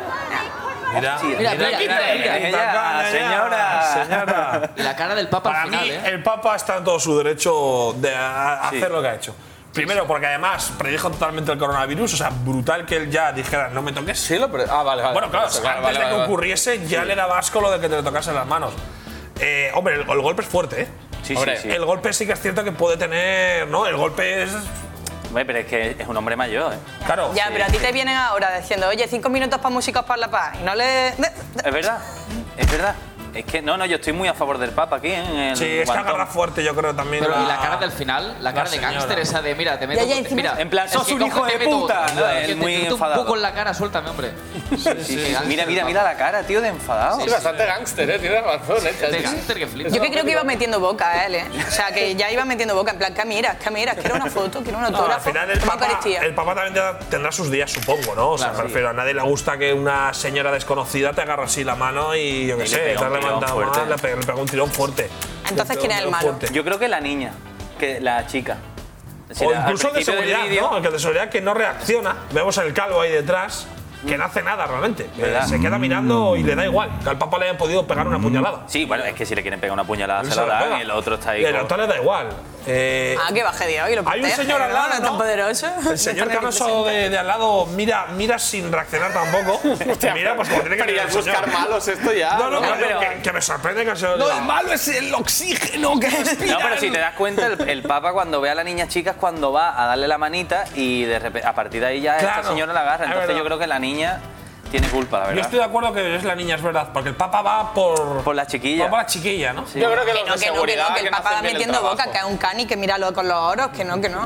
C: Mira, mira, mira, mira.
B: señora, señora.
C: Y la cara del Papa
B: Para
C: al final,
B: mí,
C: ¿eh?
B: el Papa está en todo su derecho de a- a
C: Sí.
B: hacer lo que ha hecho. Primero, porque además predijo totalmente el coronavirus, o sea, brutal que él ya dijera, no me toques. Sí, lo Ah, vale,
L: vale.
B: Bueno,
L: Vale,
B: claro, o sea,
L: vale,
B: antes
L: vale,
B: de que
L: vale.
B: ocurriese ya
L: Sí.
B: le daba asco lo de que te le tocasen las manos. Eh, hombre, el, el golpe es fuerte, ¿eh?
I: Sí, sí,
B: Hombre,
I: sí.
B: El golpe sí que es cierto que puede tener, ¿no? El golpe es...
I: Hombre, pero es que es un hombre mayor, ¿eh?
B: Claro.
H: Ya, pero a ti te vienen ahora diciendo, oye, cinco minutos para músicos para la paz. Y no le.
I: Es verdad, es verdad. Es que no, no, yo estoy muy a favor del Papa aquí. ¿eh? En el
B: Sí, es que
I: guantón.
B: agarra fuerte, yo creo, también.
C: Pero, y la cara del final, la cara de gángster esa de, mira, te meto.
I: Ya, ya,
C: con-
I: encima-
C: mira,
I: En plan,
C: es
I: sos
C: que
I: un
C: coge,
I: hijo de
C: te meto-
I: puta, ¿no?
C: es que
I: Él
C: te
I: muy
C: meto un
I: enfadado.
C: poco en la cara, suéltame, hombre.
I: Sí, sí, Mira, mira, mira la cara, tío, de enfadado.
H: Sí, bastante
I: gángster,
L: eh,
I: tienes razón,
L: eh, De gángster
C: que
H: Yo que creo que iba metiendo boca él, ¿eh? O sea, que ya iba metiendo boca, en plan, que mira, que mira, quiero una foto, quiero un
B: No, al
H: autógrafo.
B: final el
H: una
B: papa,
H: Eucaristía.
B: el papa también te- tendrá sus días, supongo, ¿no? O sea,
I: Claro,
B: me refiero, a nadie le gusta que una señora desconocida te agarra así la mano y yo
I: Y
B: qué
I: le
B: sé,
I: pega
B: te ha
I: un tirón
B: levantado mal,
I: fuerte.
B: le pe- le pega un tirón fuerte.
H: Entonces, ¿quién es el malo?
I: Yo creo que la niña, que la chica. Si
B: o
I: la- al
B: incluso el de
I: principio del
B: seguridad,
I: vídeo-
B: ¿no? El que de seguridad que no reacciona. Vemos el calvo ahí detrás, que no hace nada realmente. que
I: ¿Verdad?
B: se queda mirando y le da igual, que al papa le hayan podido pegar una puñalada.
I: Sí, bueno, es que si le quieren pegar una puñalada
B: Él
I: se
B: se
I: la
B: Mm. la
I: dan
B: pega.
I: y el otro está ahí.
B: Y el
I: como-
B: otro le da igual. Eh,
H: Ah, que baje de hoy, lo
B: Hay un
H: protege,
B: señor al
H: ¿no?
B: lado,
H: No es tan
B: ¿no?
H: poderoso.
B: El señor Canoso de, de al lado mira, mira sin reaccionar tampoco. mira, pues como tiene que
L: pero ya
B: mirar el
L: buscar
B: señor.
L: malos esto ya.
B: No, no,
L: No,
B: pero
L: pero-
B: que, que me sorprende que el señor
L: No,
B: diga,
L: el malo es el oxígeno que respira.
I: No, pero si te das cuenta, el, el Papa cuando ve a la niña chica es cuando va a darle la manita y de repe- a partir de ahí ya
B: Claro,
I: esta señora la agarra.
B: es
I: Entonces
B: verdad.
I: yo creo que la niña tiene culpa, la
B: Yo
I: verdad.
B: estoy de acuerdo que es la niña, es verdad, porque el papa va por.
I: Por la chiquilla.
B: Va por la chiquilla, ¿no?
I: Sí. Yo creo que
H: Que no, que no, que no, que el papá va metiendo boca, que es un cani, que míralo con los oros, que no, que no.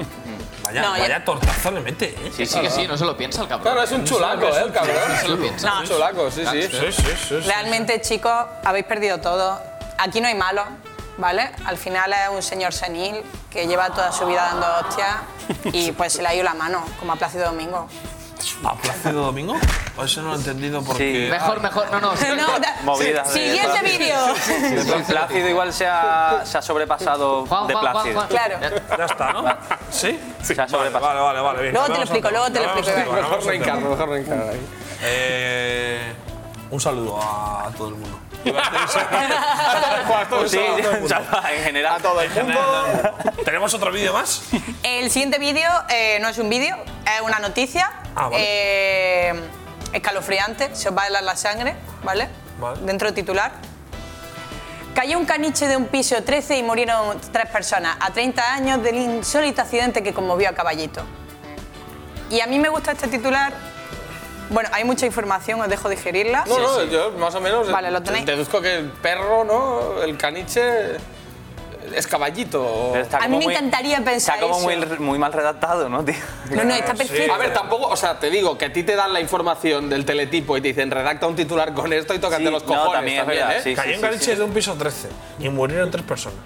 B: Vaya,
H: No, ya-
B: vaya tortazo le mete, ¿eh?
C: Sí, sí, que sí, no se lo piensa el cabrón.
L: Claro, es un chulaco, ¿eh? El cabrón.
C: No se lo piensa.
L: Es un chulaco, sí, sí.
B: Sí, sí, sí. sí.
H: Realmente, chicos, habéis perdido todo. Aquí no hay malos, ¿vale? Al final es un señor senil que lleva toda su vida dando hostias y pues se le ha ido la mano, como a Plácido Domingo.
B: ¿A Plácido Domingo? Eso no lo he entendido porque.
C: Mejor, mejor, no, no.
H: No, da-
I: Movidas de-
H: Siguiente vídeo.
I: Plácido igual se ha, se ha sobrepasado
H: Juan,
I: de
H: Juan, Juan,
I: Plácido.
H: Juan. Claro.
B: Ya está, ¿no? ¿Sí?
I: Se ha
B: Vale,
I: sobrepasado.
B: vale, vale, vale. bien.
H: Luego te
B: Vamos
H: lo
B: a
H: explico,
B: otro.
H: luego te lo
B: Vamos a
H: explico.
B: otro, vamos a
L: Mejor
B: otro.
L: reencarno, mejor reencarno ahí.
B: Eh, un saludo a todo el mundo.
L: todo el
I: Sí,
L: mundo.
I: en general.
B: ¿Tenemos otro vídeo más?
H: El siguiente vídeo eh, no es un vídeo, es una noticia.
B: Ah, vale.
H: eh, escalofriante, se os va a helar la sangre, ¿vale?
B: Vale.
H: Dentro del titular. Cayó un caniche de un piso 13 y murieron tres personas a 30 años del insólito accidente que conmovió a Caballito. Y a mí me gusta este titular. Bueno, hay mucha información, os dejo digerirla.
L: No, no, yo más o menos.
H: Vale, lo tenéis.
L: Deduzco que el perro, ¿no? El caniche. Es caballito. o-
I: Pero está
H: A mí
I: como
H: me
I: muy-
H: encantaría pensar
I: Está como
H: eso.
I: muy, muy mal redactado, ¿no, tío?
H: No, no, está perfecto.
L: A ver, tampoco, o sea, te digo que a ti te dan la información del teletipo y te dicen redacta un titular con esto y tócate
I: Sí,
L: los
I: no,
L: cojones.
I: también es verdad,
L: ¿eh?
I: sí,
B: Cayó en Galicia de un piso 13 y murieron tres personas.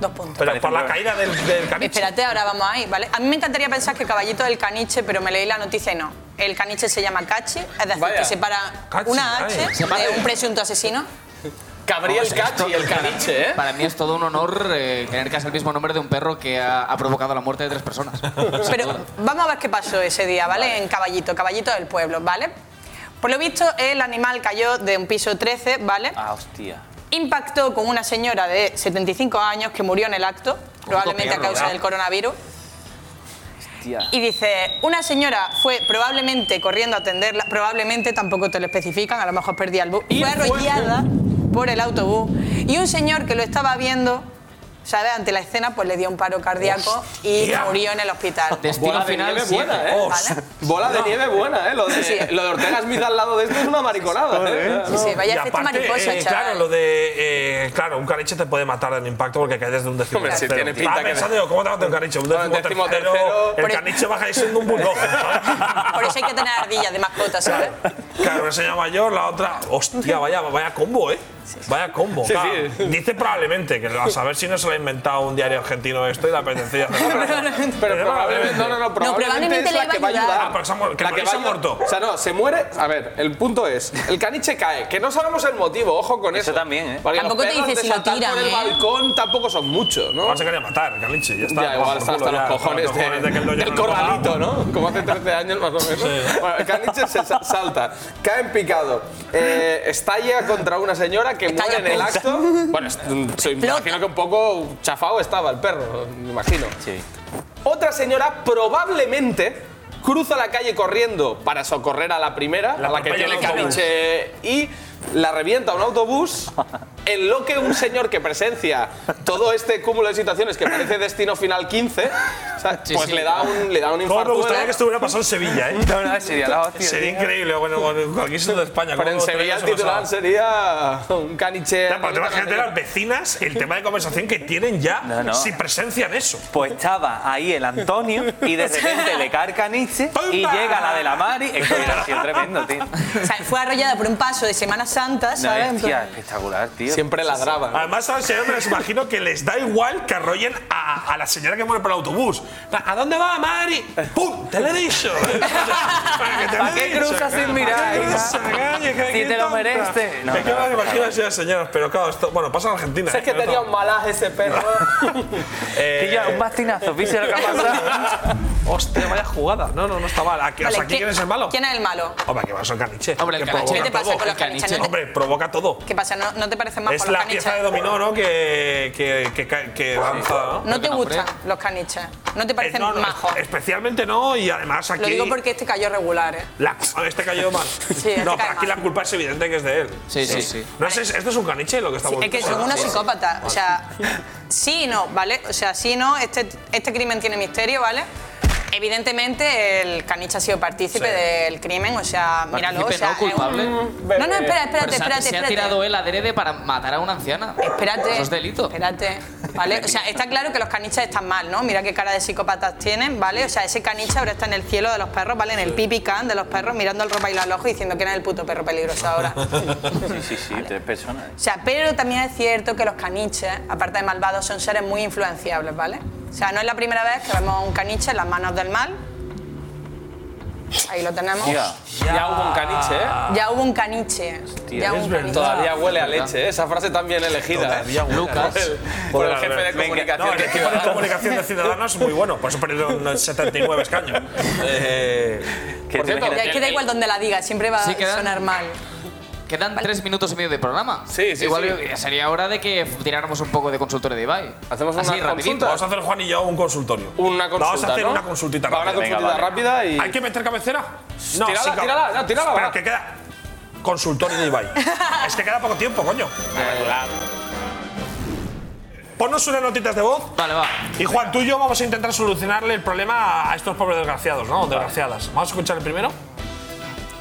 H: Dos puntos.
B: Pero por la caída del, del caniche.
H: Espérate, ahora vamos ahí, ¿vale? A mí me encantaría pensar que caballito del caniche, pero me leí la noticia y no. El caniche se llama cachi, es decir,
L: Vaya.
H: que separa
B: Cachi,
H: una
B: ay.
H: H de un presunto asesino.
L: Cabría el cachi, el caniche, ¿eh?
C: Para mí es todo un honor eh, tener casi el mismo nombre de un perro que ha, ha provocado la muerte de tres personas.
H: Pero vamos a ver qué pasó ese día, ¿vale? En Caballito, Caballito del Pueblo, ¿vale? Por lo visto, el animal cayó de un piso 13, ¿vale?
I: Ah, hostia.
H: Impactó con una señora de 75 años que murió en el acto, probablemente a
I: perro,
H: causa
I: ¿verdad?
H: del coronavirus.
I: Hostia.
H: Y dice, una señora fue probablemente corriendo a atenderla, probablemente tampoco te lo especifican, a lo mejor perdía el bus, fue arrollada por el autobús y un señor que lo estaba viendo, ¿sabes? Ante la escena, pues le dio un paro cardíaco
B: Hostia.
H: y murió en el hospital.
C: Destino
L: Bola de
C: final
L: nieve
C: siete.
L: buena, ¿eh?
H: ¿Vale?
L: Bola de nieve buena, ¿eh? Lo de,
H: Sí.
L: lo de Ortega Smith al lado de esto es una mariconada, ¿eh?
H: Sí, sí, vaya
B: Y
H: efecto
B: aparte,
H: mariposa,
B: eh,
H: chaval.
B: claro, lo de. eh, claro, un caniche te puede matar del impacto porque caes desde un décimo
L: Hombre, sí,
B: tercero.
L: tiene pinta
B: Estaba
L: que-
B: pensando, digo, ¿cómo te mata un caniche? Un décimo,
L: décimo
B: tercero,
L: tercero.
B: El
H: Por- e-
B: caniche baja y siendo un bulldog. ¿sabes?
H: Por eso hay que tener ardillas de mascota, ¿sabes?
B: Claro, una señora mayor, la otra. Hostia, vaya, vaya combo, ¿eh? Vaya combo.
A: Sí,
B: claro.
A: sí.
B: Dice probablemente, que a saber si no se lo ha inventado un diario argentino esto y la pendencia.
A: Pero probablemente, no, no, no, probablemente, es la que va a ayudar.
B: Ah, pero se ha muer- que
A: la
B: el
A: que
B: marido
A: va a
B: se ha
A: ayudar.
B: muerto.
A: O sea, no, se muere. A ver, el punto es: el caniche cae. Que no sabemos el motivo, ojo con eso. Eso también, ¿eh?
H: Tampoco te dice si lo tiran,
A: por el
H: ¿eh?
A: balcón tampoco son muchos, ¿no?
B: Ahora se quería matar, el caniche, ya está.
A: Ya, igual están hasta
B: Ya,
A: los
B: hasta
A: cojones
B: los
A: de-
B: cojones de que el dueño
A: del
B: no le
A: corralito,
B: pagaba.
A: ¿no? Como hace 13 años más o menos. Bueno, el caniche se sa- salta, cae en picado, eh, estalla contra una señora que muere en el
H: punta.
A: acto. Bueno, es- se imagino que un poco chafado estaba el perro, me imagino.
I: Sí.
A: Otra señora probablemente cruza la calle corriendo para socorrer a la primera, a la que
B: atropella
A: tiene
B: el autobús.
A: caniche, y la revienta un autobús, en lo que un señor que presencia todo este cúmulo de situaciones que parece Destino Final 15, o sea,
B: Sí,
A: pues
B: sí.
A: le da un, le da un
B: ¿Cómo
A: infarto.
B: me gustaría que esto hubiera pasado en Sevilla, eh?
I: No, no, sería la hostia,
B: Sería
I: tío.
B: increíble, bueno, con cualquier sitio de España.
A: Pero en
B: ¿cómo
A: Sevilla el
B: gustaría que eso
A: titular
B: pasara?
A: sería un caniche.
B: Ya, pero te imagínate las vecinas, el tema de conversación que tienen ya
I: no.
B: si presencian eso.
I: Pues estaba ahí el Antonio y de repente le cae el caniche y llega la de la Mari. Es que hubiera sido tremendo, tío.
H: O sea, fue arrollada por un paso de Semana Santa,
I: No,
H: ¿sabes? En
I: hostia,
H: plan-
I: espectacular,
L: eh.
I: tío.
A: Siempre
I: Sí, sí.
A: ladraba.
B: Además, a señor me les imagino que les da igual que arrollen a, a la señora que muere por el autobús. ¿A dónde va, Mari? ¡Pum! ¡Te lo he dicho! ¿Para que te lo
I: ¿Para
B: he
I: qué
B: dicho,
I: cruzas sin
B: ¿Para
I: mirar,
B: qué
I: hija?
B: cruzas, ¿eh? calle? ¿Qué-
I: Si
B: qué
I: te lo
B: tonta?
I: mereces. No,
B: Me quedo
I: no,
B: que
I: no,
B: imagino
I: no.
B: señoras, pero claro, esto, bueno, pasa en Argentina.
A: Es que
B: ¿eh? No
A: tenía
B: todo.
A: un malaje ese perro.
B: Eh,
I: Pilla un bastinazo, ¿viste lo que ha pasado?
B: Hostia, vaya jugada. No, no, no está mal. Aquí, o
H: Vale,
B: sea, aquí
H: ¿quién-
B: ¿quién es el malo?
H: ¿Quién es el malo?
B: Hombre, que va, son caniche.
C: Hombre, el
B: Que
C: caniche.
B: provoca
H: ¿Qué te pasa
B: todo.
H: con los caniches? ¿No te-
B: Hombre, provoca todo.
H: ¿Qué pasa? ¿No, no te parecen más
B: Es
H: por los
B: la pieza de
H: caniches?
B: dominó, ¿no? Que, que, que, ca- que danza, ¿no?
H: No te gustan los caniches. No te
B: Eh,
H: parecen
B: no, no,
H: majos.
B: Especialmente no, y además aquí.
H: Lo digo porque este cayó regular, ¿eh?
B: La, a ver, este cayó mal.
H: este
B: no,
H: cae
B: pero aquí
H: mal.
B: la culpa es evidente que es de él.
C: Sí, sí, sí.
B: No es, es- esto es un caniche lo que estamos
H: Es que son
B: diciendo.
H: unos psicópatas. O sea, sí y no, ¿vale? O sea, sí y no, este, este crimen tiene misterio, ¿vale? Evidentemente, el caniche ha sido partícipe
B: Sí.
H: del crimen, o sea, míralo. O
C: Partícipe,
H: sea,
C: no
H: es un-
C: culpable.
H: No, no, espera,
C: Pero
H: espérate,
C: se ha-
H: espérate.
C: se ha
H: espérate.
C: tirado él adrede para matar a una anciana.
H: Espérate.
C: Eso es delito.
H: Espérate, ¿vale? O sea, está claro que los caniches están mal, ¿no? Mira qué cara de psicópatas tienen, ¿vale? O sea, ese caniche ahora está en el cielo de los perros, ¿vale? En el pipi can de los perros, mirando al ropa y al ojo y diciendo que era el puto perro peligroso ahora.
I: Sí, sí, sí, tres personas.
H: O sea, pero también es cierto que los caniches, aparte de malvados, son seres muy influenciables, ¿vale? O sea, no es la primera vez que vemos a un caniche en las manos del mal. Ahí lo tenemos.
I: Hostia.
A: ya hubo un caniche, ¿eh?
H: Ya hubo un caniche. ya hubo un caniche.
A: Todavía huele a leche, ¿eh? esa frase tan bien elegida.
B: Todavía huele a
A: Lucas.
B: leche.
A: Por el
B: Joder,
A: jefe de
B: Albert, venga.
A: comunicación.
B: No, el
A: de
B: equipo de
A: Ciudadanos.
B: comunicación de Ciudadanos es muy bueno, por eso perdieron 79 escaños. Eh,
I: Que
A: Por
I: te
A: cierto,
H: Y
I: imaginas-
H: es que da igual donde la diga, siempre va
C: Sí,
H: a
C: queda-
H: sonar mal.
C: Quedan tres minutos y medio de programa.
A: Sí, sí,
C: Igual
A: sí.
C: sería hora de que tiráramos un poco de consultorio de Ibai.
A: Hacemos
C: Así,
A: una
C: rapidito.
A: consulta.
B: Vamos a hacer Juan y yo un consultorio.
A: Una consulta,
B: Vamos a hacer
A: ¿no?
B: una consultita
A: Va,
B: rápida.
A: una consultita
I: venga, vale.
A: rápida y...
B: ¿Hay que meter cabecera? No,
A: Tírala,
B: sí, cabe-
A: tírala, no, tírala,
B: Espera,
A: va.
B: que queda consultorio de Ibai. es que queda poco tiempo, coño. Ponnos unas notitas de voz
C: Vale, va.
B: y Juan, tú y yo vamos a intentar solucionarle el problema a estos pobres desgraciados, ¿no? Desgraciadas. Vamos a escuchar el primero.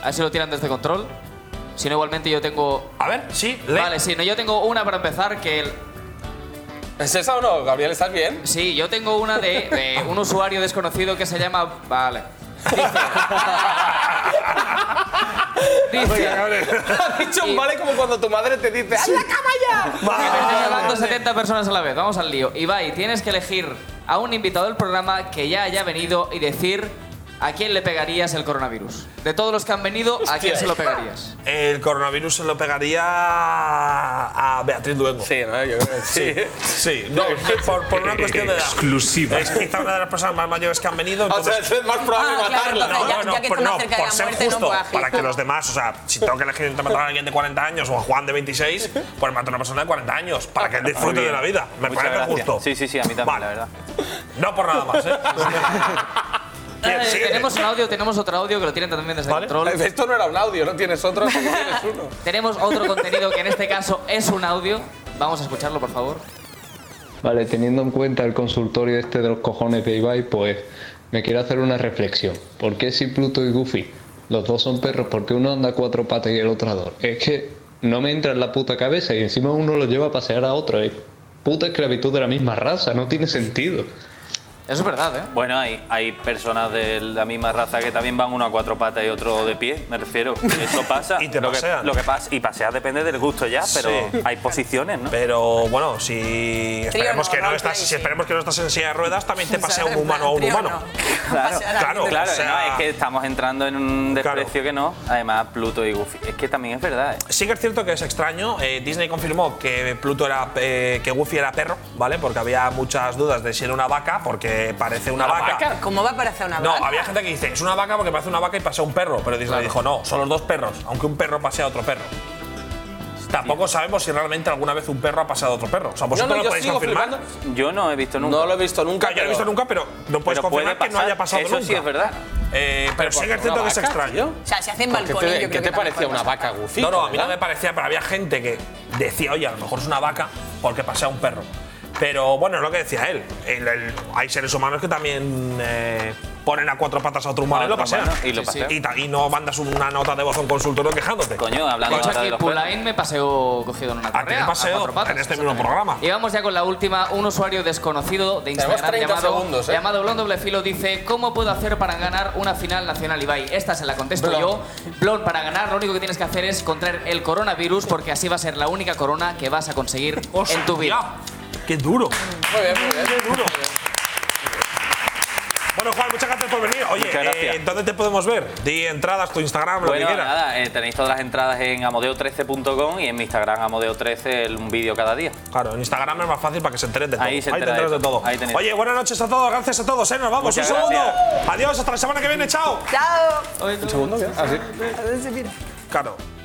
C: A ver si lo tiran desde control. Si no, igualmente yo tengo.
B: A ver, sí, lee.
C: Vale, sí, no, yo tengo una para empezar que. el-
A: ¿Es esa o no? Gabriel, ¿estás bien?
C: Sí, yo tengo una de, de un usuario desconocido que se llama. Vale. Dice. Dice.
A: Has dicho un
C: Sí.
A: vale como cuando tu madre te dice ¡Haz la cama ya!
C: Que te
B: Ah,
C: están llamando 70 personas a la vez. Vamos al lío. Ibai, tienes que elegir a un invitado del programa que ya haya venido y decir a quién le pegarías el coronavirus. De todos los que han venido, ¿a quién se lo pegarías?
B: El coronavirus se lo pegaría a Beatriz Duengo.
A: Sí, ¿no? Yo creo que sí.
B: Sí, no, por, por una cuestión de edad. Exclusiva. Es quizá una de las personas más mayores que han venido.
A: O
B: Entonces,
A: sea, es más probable
H: Ah, claro,
A: matarla.
H: entonces ya- ya que
B: por-
H: está más cerca de
B: por
H: la
B: ser
H: muerte, no
B: justo,
H: puede agir.
B: para que los demás, o sea, si tengo que elegir entre matar a alguien de 40 años o a Juan de 26, pues mato a una persona de 40 años, para que disfrute de la vida. Me
I: Muchas
B: parece
I: gracias.
B: justo.
I: Sí, sí, sí, a mí también,
B: Vale.
I: la verdad.
B: No por nada más, ¿eh? Bien,
C: Eh,
B: sigue.
C: tenemos un audio, tenemos otro audio que lo tienen también desde
B: Vale.
C: control.
A: Esto no era un audio, no tienes otro, ¿Por qué tienes uno.
C: Tenemos otro contenido que en este caso es un audio. Vamos a escucharlo, por favor.
D: Vale, teniendo en cuenta el consultorio este de los cojones de Ibai, pues me quiero hacer una reflexión. ¿Por qué si Pluto y Goofy, los dos son perros, por qué uno anda a cuatro patas y el otro a dos? Es que no me entra en la puta cabeza y encima uno lo lleva a pasear a otro. Es puta esclavitud de la misma raza, no tiene sentido.
C: Eso es verdad, ¿eh?
I: Bueno, hay, hay personas de la misma raza que también van uno a cuatro patas y otro de pie, me refiero. Eso pasa. y te lo que, lo que pasa. Y pasear depende del gusto ya, pero
B: Sí.
I: hay posiciones, ¿no?
B: Pero bueno, si esperemos, que no estás, si esperemos que no estás en silla de ruedas, también te pasea un humano a un humano.
I: Claro,
B: Claro,
I: claro,
B: o sea-
I: no, es que estamos entrando en un desprecio que no. Además, Pluto y Goofy. Es que también es verdad. ¿eh?
B: Sí que es cierto que es extraño. eh, Disney confirmó que Pluto era eh, que Goofy era perro, ¿vale? Porque había muchas dudas de si era una vaca, porque parece una, vaca.
H: ¿Cómo va a parecer una
B: No,
H: vaca?
B: había gente que dice, es una vaca porque parece una vaca y pasea un perro. Pero Disney dijo, no, son los dos perros, aunque un perro pasea a otro perro. Tampoco sabemos si realmente alguna vez un perro ha pasado a otro perro. O sea, vosotros lo podéis confirmar.
I: Yo no he visto nunca.
B: No lo he visto nunca. yo no he visto nunca, pero no puedes
I: pero puede
B: Pues confirmar que no
I: pasar.
B: haya pasado
I: Eso
B: nunca.
I: sí es verdad.
B: Eh, pero sí que es cierto que es extraño.
H: O sea, se hacen balcones. yo creo que también puede pasar.
B: Goofy? No, no, a mí no me parecía, pero había gente que decía, oye, a lo mejor es una vaca porque pasea un perro. Pero bueno, es lo que decía él. El- el- hay seres humanos que también eh, ponen a cuatro patas a otro humano
I: A
B: y lo
I: otro
B: pasean.
I: humano y lo Sí, sí. pasean.
B: Y ta- y no mandas una nota de voz a un consultorio quejándote.
I: Coño, hablando
C: de hecho,
I: ahora
C: aquí
I: de los
C: Pulain me paseó cogido en una
B: Aquí
C: correa.
B: me paseo
C: a cuatro patas,
B: en este mismo
C: exactamente.
B: programa.
C: Y vamos ya con la última. Un usuario desconocido de
L: Tenemos
C: Instagram
L: 30
C: llamado,
L: segundos, ¿eh?
C: llamado Blon Doble Filo dice ¿Cómo puedo hacer para ganar una final nacional, Ibai? Esta se la contesto
L: Blon.
C: yo. Blon, para ganar lo único que tienes que hacer es contraer el coronavirus porque así va a ser la única corona que vas a conseguir en tu vida.
B: ¡Qué duro!
L: Muy bien, muy bien.
B: Qué duro. Bueno, Juan, muchas gracias por venir. Oye,
I: Muchas gracias.
B: eh, ¿dónde te podemos ver? Di entradas, tu Instagram, lo que
I: Bueno,
B: quieras.
I: nada, eh, tenéis todas las entradas en amodeo13.com y en mi Instagram amodeo13 el- un vídeo cada día.
B: Claro, en Instagram es más fácil para que se enteren de todo.
I: Ahí se
B: Ahí te
I: entera de
B: enteras de
I: todo.
B: todo.
I: Ahí tenéis.
B: Oye, buenas noches a todos, gracias a todos, ¿eh? Nos vamos,
I: Muchas
B: un segundo.
I: gracias.
B: Adiós, hasta la semana que viene, chao.
H: Chao.
B: Un segundo, ¿bien? Ah, sí.
H: A ver si mira.
B: Claro.